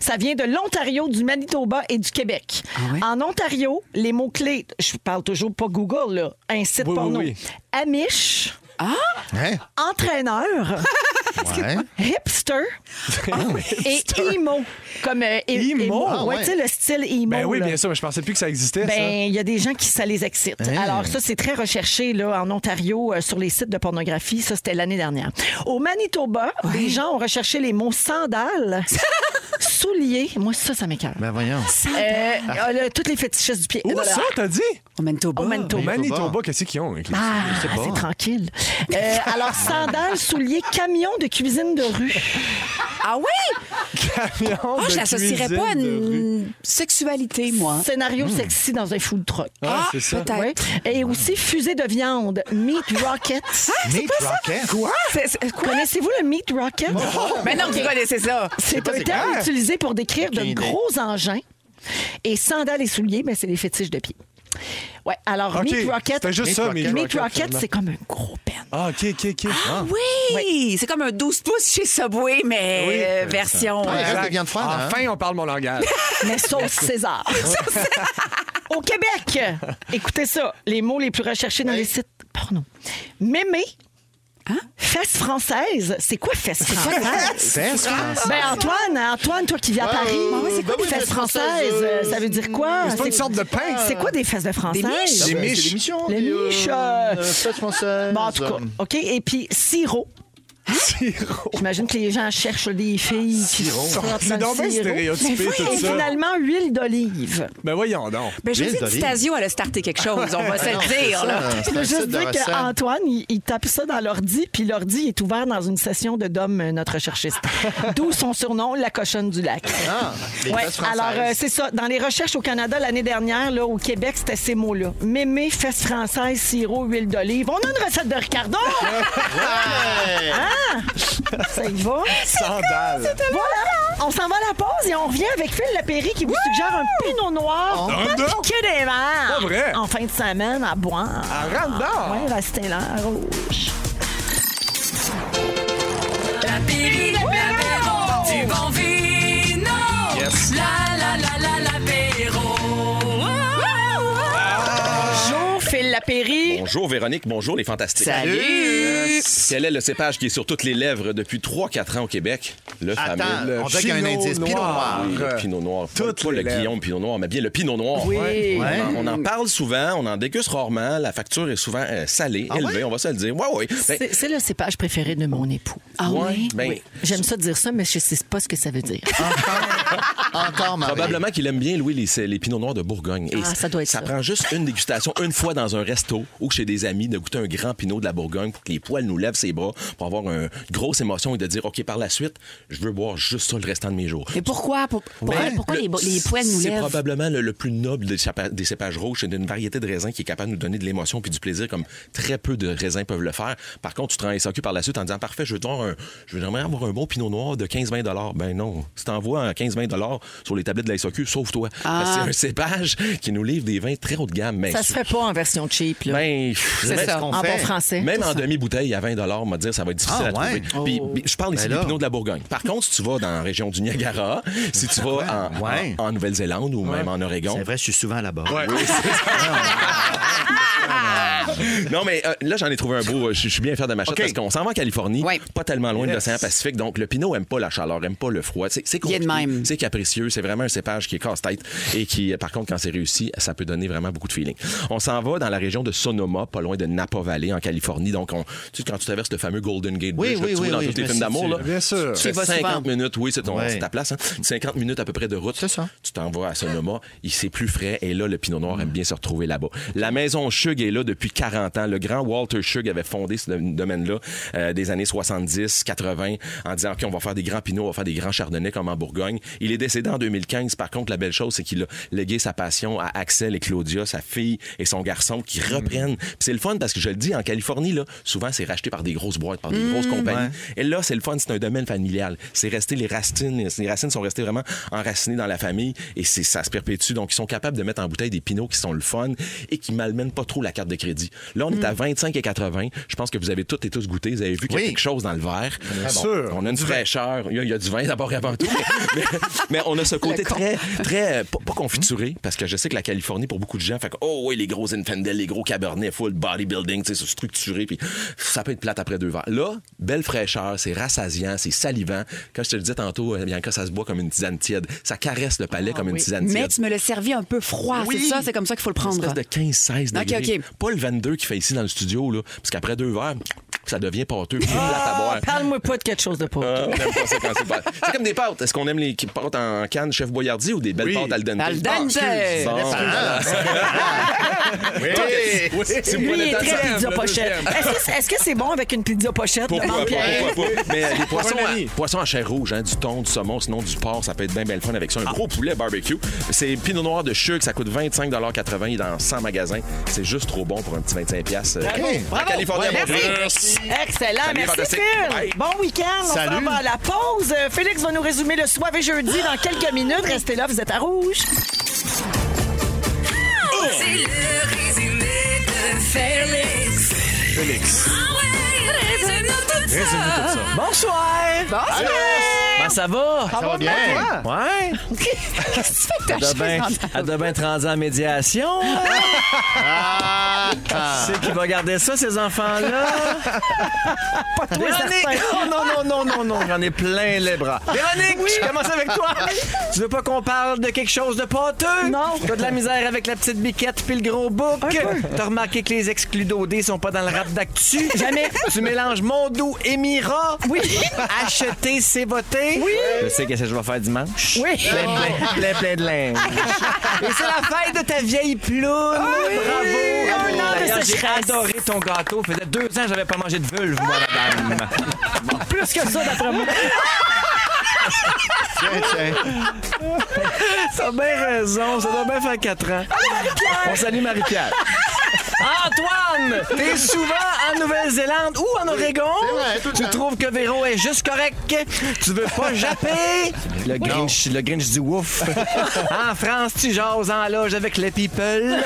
B: ça. vient de l'Ontario, du Manitoba et du Québec.
O: Ah
B: En Ontario, les mots-clés, je parle toujours pas Google, là, un site
O: Oui, oui,
B: porno.
O: oui.
B: Amish. Ah!
F: Hein?
B: Entraîneur.
F: Ouais.
B: Hipster et emo. Comme euh, e-
D: Ah Emo? Ah,
B: ouais,
D: ouais.
B: tu sais, le style emo.
D: Ben oui,
B: là.
D: bien sûr, mais je pensais plus que ça existait. ça.
B: Ben, il y a des gens qui ça les excite.
D: Hein.
B: Alors ça, c'est très recherché là, en Ontario euh, sur les sites de pornographie. Ça, c'était l'année dernière. Au Manitoba, les gens ont recherché les mots sandales, souliers. Moi, ça, ça m'écœure.
F: Ben voyons.
B: Euh, euh, le- toutes les fétichistes du pied.
D: ah. Où
C: eh ben
B: Voilà.
D: ça, t'as dit?
C: Au Manitoba.
B: Au Manitoba.
D: Manitoba, qu'est-ce qu'ils ont? avec les-
B: Ah,
D: Je sais pas.
B: c'est tranquille. Euh, alors, sandales, souliers, camion de cuisine de rue.
C: Ah oui?
D: Camion
C: Ah,
D: de
C: je l'associerais pas à
D: cuisine de rue.
C: une sexualité, moi.
B: Scénario sexy dans un food truck.
D: Hmm. Ah, Ah, c'est ça. peut-être.
B: Ouais. Et aussi fusée de viande, Meat Rocket.
D: Ah!
F: Meat Rocket?
C: Quoi?
B: Connaissez-vous le Meat Rocket? Ben,
C: Non. Mais non, vous connaissez ça.
B: C'est
C: pas
B: un
C: c'est
B: terme
C: quoi.
B: utilisé pour décrire de
C: Aucune idée.
B: gros engins. Et sandales et souliers, ben, c'est les fétiches de pied. Ouais, alors
D: Ok,
B: Meat Rocket.
D: c'était juste
B: Meat
D: ça,
B: Rocket.
D: Meat
B: Meat
D: Rocket,
B: Rocket,
D: finalement.
B: c'est comme un gros père.
D: Ah, OK, OK, OK. Ah.
C: Oui! C'est comme un 12 pouces chez Subway, mais euh, version.
D: Ouais,
C: euh,
D: exact. Enfin, on parle mon langage.
B: Mais sauce César. Au Québec, écoutez ça, les mots les plus recherchés dans les sites porno. Mémé. Fesse française, c'est quoi fesse
O: quoi
B: française?
O: fesse française?
B: Ben Antoine, Antoine, toi qui vis à
O: Ouais,
B: Paris,
O: ouais, ouais,
B: c'est quoi
O: ben
B: des
O: oui,
B: fesses
O: fesse française,
B: françaises?
O: euh,
B: ça veut dire quoi?
O: c'est pas une sorte de pain.
B: C'est quoi des fesses de françaises?
O: miches. Des miches.
F: L'émission.
B: Les miches. euh,
F: française.
B: Bon, en tout cas, OK. Et puis, sirop. Hein? J'imagine que les gens cherchent des filles qui
D: Sirop.
B: se frottent dans
D: C'est
B: le
D: donc bien
B: sirop.
D: stéréotypé,
B: Mais voyons,
D: tout ça.
B: finalement, huile d'olive.
D: Ben voyons donc.
C: Ben, je sais que Stasio allait starter quelque chose, on va se
D: Non,
C: le
D: c'est
C: dire.
D: ça.
F: euh,
C: là.
B: Je
D: C'est un
B: veux
D: site
B: juste
D: de
B: dire
D: recette.
B: qu'Antoine, il, il tape ça dans l'ordi, puis l'ordi est ouvert dans une session de Dom, euh, notre recherchiste. D'où son surnom, la cochonne du lac.
F: Ah, les
B: Ouais,
F: fesses françaises.
B: alors, euh, c'est ça. Dans les recherches au Canada l'année dernière, là, au Québec, c'était ces mots-là. Mémé, fesses françaises, sirop, huile d'olive. On a une recette de Ricardo! Hein? Ça y va?
D: Sandales.
B: Voilà! On s'en va à la pause et on revient avec Phil Lapéry qui vous suggère un pinot noir
D: Oh.
B: pas
D: Random.
B: piqué des verres.
D: Pas vrai. Ah,
B: En fin de semaine à boire.
D: À Random.
B: Oui, restez là, rouge.
E: La Péri, l'apéro du bon vino.
B: Yes.
E: La la la la l'apéro.
B: Bonjour, Phil Lapéry.
P: Bonjour Véronique, bonjour les fantastiques.
B: Salut.
F: euh,
P: Quel est le cépage qui est sur toutes les lèvres depuis 3-4 ans au Québec? Le
F: Attends,
P: fameux.
F: on dirait qu'il y a un
P: Pinot
F: indice. Pinot noir.
P: Oui, le Pinot noir. Pas- pas le Guillaume Pinot noir, mais bien le Pinot noir.
F: Oui.
P: On,
F: Ouais.
P: en, on en parle souvent, on en déguste rarement. La facture est souvent euh, salée, élevée, on va se le dire. Ouais, ouais. Ben,
I: C'est c'est le cépage préféré de mon époux.
P: Ah Ouais, oui? ben- Ah, Oui.
I: J'aime ça dire ça, mais je sais pas ce que ça veut dire.
F: Encore, Marie.
P: Probablement qu'il aime bien, Louis, les, les pinots noirs de Bourgogne.
I: Ah, ça doit être ça.
P: prend juste une dégustation, une fois dans un resto ou chez des amis, de goûter un grand pinot de la Bourgogne pour que les poils nous lèvent ses bras, pour avoir une grosse émotion et de dire, OK, par la suite, je veux boire juste ça le restant de mes jours.
I: Mais pourquoi? Pour- pour-
P: Mais
I: Ah, pourquoi
P: le-
I: les, bo- les poils nous
P: C'est
I: lèvent?
P: probablement le, le plus noble des, chapa- des cépages rouges. C'est une variété de raisins qui est capable de nous donner de l'émotion puis du plaisir comme très peu de raisins peuvent le faire. Par contre, tu te rends SAQ par la suite en disant Parfait, je veux, te voir un, je veux vraiment avoir un bon pinot noir de 15-20 Ben non. Si t'envoies un 15-20 sur les tablettes de la SAQ, sauve-toi.
I: Ah.
P: Parce que C'est un cépage qui nous livre des vins très haut de gamme. Mais
I: ça se fait pas en version cheap. Là.
P: ben, pff,
I: C'est
P: mais-
I: ça, en bon français.
P: Même
I: C'est
P: en
I: ça.
P: demi-bouteille à 20 on va dire, ça va être difficile
I: Ah,
P: à
I: ouais?
P: trouver. Puis,
I: Oh.
P: puis, je parle ici
I: Ben
P: des
I: là.
P: pinots de la Bourgogne. Par contre, si tu vas dans la région du Niagara, si tu vas en, en- en Nouvelle-Zélande ou même en Oregon. C'est
F: vrai, je suis souvent là-bas. Ah,
P: non, mais euh, là, j'en ai trouvé un beau. Je je suis bien fier de ma chatte parce qu'on s'en va en Californie, pas tellement loin de
K: Yes.
P: l'océan Pacifique. Donc, le pinot aime pas la chaleur, aime pas le froid. C'est c'est compliqué. C'est capricieux. C'est vraiment un cépage qui est casse-tête et qui, euh, par contre, quand c'est réussi, ça peut donner vraiment beaucoup de feeling. On s'en va dans la région de Sonoma, pas loin de Napa Valley, en Californie. Donc, on, tu sais, quand tu traverses le fameux Golden Gate
F: Oui,
P: Bridge, là,
F: oui,
P: que tu vois
F: oui,
P: dans
F: oui,
P: tous
F: je
P: les
F: me
P: films d'amour,
F: situe,
P: là,
F: là. Bien sûr. Tu
P: tu
F: y
P: fais
F: vas
P: 50
F: souvent.
P: minutes, oui, c'est ton-
F: Ouais.
P: c'est ta place. hein. 50 minutes à peu près de route. Tu t'en vas à Sonoma, il c'est plus frais et là, le Pinot Noir aime bien se retrouver là-bas. La maison Chug est là depuis 40 ans. Le grand Walter Chug avait fondé ce dom- domaine-là euh, des années 70, 80 en disant OK, on va faire des grands Pinots, on va faire des grands Chardonnays comme en Bourgogne. Il est décédé en 2015. Par contre, la belle chose, c'est qu'il a légué sa passion à Axel et Claudia, sa fille et son garçon qui reprennent. Puis c'est le fun parce que je le dis, en Californie, là, souvent, c'est racheté par des grosses boîtes, par des
K: Mm.
P: grosses compagnies.
K: Ouais.
P: Et là, c'est le fun, c'est un domaine familial. C'est resté les racines, les racines sont restées vraiment enracinées dans la famille et c'est ça se perpétue. Donc, ils sont capables de mettre en bouteille des pinots qui sont le fun et qui malmènent pas trop la carte de crédit. Là, on est à 25 et 80. Je pense que vous avez toutes et tous goûté. Vous avez vu qu'il y a quelque chose dans le verre.
K: Bien
P: Bon,
K: sûr.
P: On a une fraîcheur. Il y a, il y a du vin d'abord et avant tout. mais, mais on a ce côté très, très, euh, pas, pas
C: Mm-hmm.
P: confituré parce que je sais que la Californie, pour beaucoup de gens, fait que, oh oui, les gros Infandel, les gros Cabernet, full bodybuilding, tu sais, c'est structuré, puis ça peut être plate après deux verres. Là, belle fraîcheur, c'est rassasiant, c'est salivant. Quand je te le disais tantôt, euh, Bianca, ça se boit comme une tisane tiède. Ça caresse le palais comme une
C: Ah Oui.
P: tisane tiède.
C: Mais tu me l'as servi un peu froid,
P: Oui.
C: c'est ça, c'est comme ça qu'il faut le
P: Une
C: prendre.
P: espèce de 15-16
C: Ok,
P: degrés.
C: ok.
P: Pas le 22 qui fait ici dans le studio, là, parce qu'après deux verres, ça devient pâteux, puis plate à
C: Ah,
P: boire.
B: Ah, Parle-moi pas de quelque chose de
P: Ah,
B: pas.
P: on aime pas ça quand c'est pas- C'est comme des pâtes. Est-ce qu'on aime les pâtes en canne chef Boyardi ou des belles
K: Oui.
P: pâtes al dente?
K: Al dente.
P: Ah, excuse. Bon,
K: Ça
P: voilà. Oui.
B: Toi,
P: Oui.
B: t'es-
P: C'est moi
B: Lui,
P: le
B: il est très
P: deuxième,
B: pizza
P: le
B: pochette.
P: deuxième.
B: Est-ce que c'est- Est-ce que c'est bon avec une pizza pochette?
P: Pourquoi
B: demande
P: pas,
B: Pierre?
P: pourquoi pas? Mais les poissons
B: Pour un
P: à,
B: ami.
P: poissons à chair rouge, hein, du thon, du saumon, sinon du porc, ça peut être bien bien le fun avec ça. Un
B: Ah.
P: gros poulet barbecue. C'est pinot noir de chug, ça coûte 25,80 dans 100 magasins. C'est juste trop bon pour un petit 25$. piastres.
B: Bravo.
P: Californie, à
B: Merci.
P: Montréal.
B: Excellent.
P: Salut,
B: merci,
P: fantastique. Bye.
B: Phil. Bon week-end. On s'en
P: Salut.
B: va à la pause. Euh, Félix va nous résumer le soir et jeudi dans quelques minutes. Restez là, vous êtes à rouge.
E: C'est le résumé de Félix.
N: Félix.
E: Ah ouais, résume-nous tout ça.
N: Résume-nous tout ça.
B: Bonsoir.
E: Bonsoir.
N: Allô.
P: Ben, ça va.
F: Ça va bien.
P: Ouais.
F: Qu'est-ce que tu fais
P: Elle doit bien- Elle doit bien être rendue en médiation.
F: Ah,
P: C'est qui va garder ça, ces enfants-là?
B: Pas toi,
P: Véronique!
B: certain.
P: Oh non, non, non, non, non, j'en ai plein les bras. Véronique,
B: Oui.
P: je commence avec toi. Tu veux pas qu'on parle de quelque chose de pâteux? Non. T'as de la misère avec la petite biquette puis le gros bouc. T'as remarqué que les exclus d'OD sont pas dans le rap d'actu? Jamais. Tu mélanges Mondou et Mira? Oui. Acheter, c'est voter? Oui.
Q: Je sais qu'est-ce que je vais faire dimanche.
P: Oui. Plein, plein, plein, plein de linge. Oh. Et c'est la fête de ta vieille ploune. Bravo.
B: Un an de
P: D'ailleurs, J'ai
B: sécheresse.
P: adoré ton gâteau. Faisait deux ans que j'avais pas mangé de vulve, moi, madame.
B: Plus que ça, d'après moi.
P: Tiens, tiens. T'as bien raison. Ça doit bien faire quatre ans. On salue Marie-Pierre. Antoine, t'es souvent en Nouvelle-Zélande ou en Oregon. tu trouves que Véro est juste correct. Tu veux pas japper. Le Grinch, le Grinch du ouf. en France, tu jases en loge avec les people.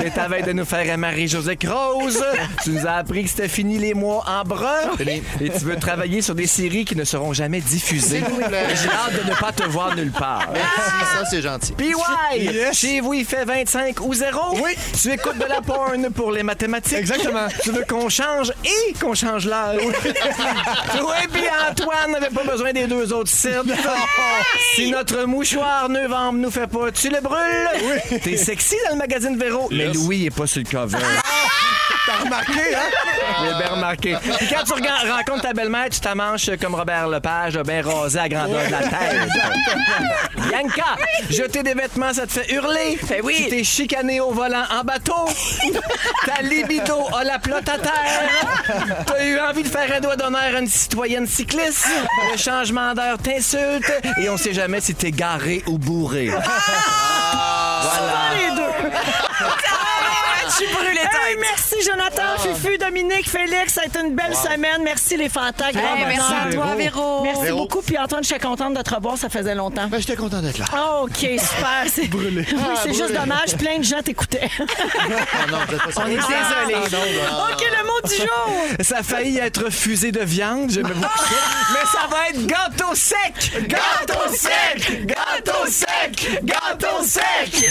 P: T'es à veille de nous faire marie José Rose. Tu nous as appris que c'était fini les mois en brun. Et tu veux travailler sur des séries qui ne seront jamais diffusées.
F: S'il vous plaît.
P: J'ai hâte de ne pas te voir nulle part.
F: Merci, ça, c'est gentil. Ben,
P: PY, chez vous, il fait 25 ou 0. Oui. Tu écoutes de la porn pour les mathématiques. Exactement. Tu veux qu'on change et qu'on change l'âge. oui, puis Antoine n'avait pas besoin des deux autres cibles. Si notre mouchoir novembre nous fait pas, tu le brûles. T'es sexy dans le magazine Véro. Mais Louis est pas sur le cover. T'as remarqué, hein? J'ai bien remarqué. Puis quand tu regardes- rencontres ta belle-mère, tu t'amanches comme Robert Lepage, bien rasé à grandeur de la tête. Yanka, jeter des vêtements, ça te fait hurler. oui. Tu t'es chicané au volant en bateau. Ta libido a la plotte à terre. T'as eu envie de faire un doigt d'honneur à une citoyenne cycliste. Le changement d'heure t'insulte. Et on sait jamais si t'es garé ou bourré. Voilà.
B: les deux.
P: Je suis brûlée tête.
B: Hey, merci Jonathan, Fufu, Dominique, Félix. Ça a été une belle semaine. Merci les fantasmes.
R: Hey, merci à toi, Véro.
B: Merci
R: Véro.
B: beaucoup. Puis Antoine, je suis contente de te revoir. Ça faisait longtemps. Ah,
S: J'étais contente d'être là.
B: OK, super. C'est brûlé. Oui,
F: Ah,
B: c'est juste
F: brûlé.
B: dommage. Plein de gens t'écoutaient.
S: non, vous êtes pas
B: On est
S: sérieux.
B: désolés.
S: Ah, non,
B: OK, le mot du jour.
P: Ça a failli être fusée de viande, j'aime beaucoup ça.
C: Ah!
P: Mais ça va être gâteau sec! Gâteau sec! Gâteau sec! Gâteau sec!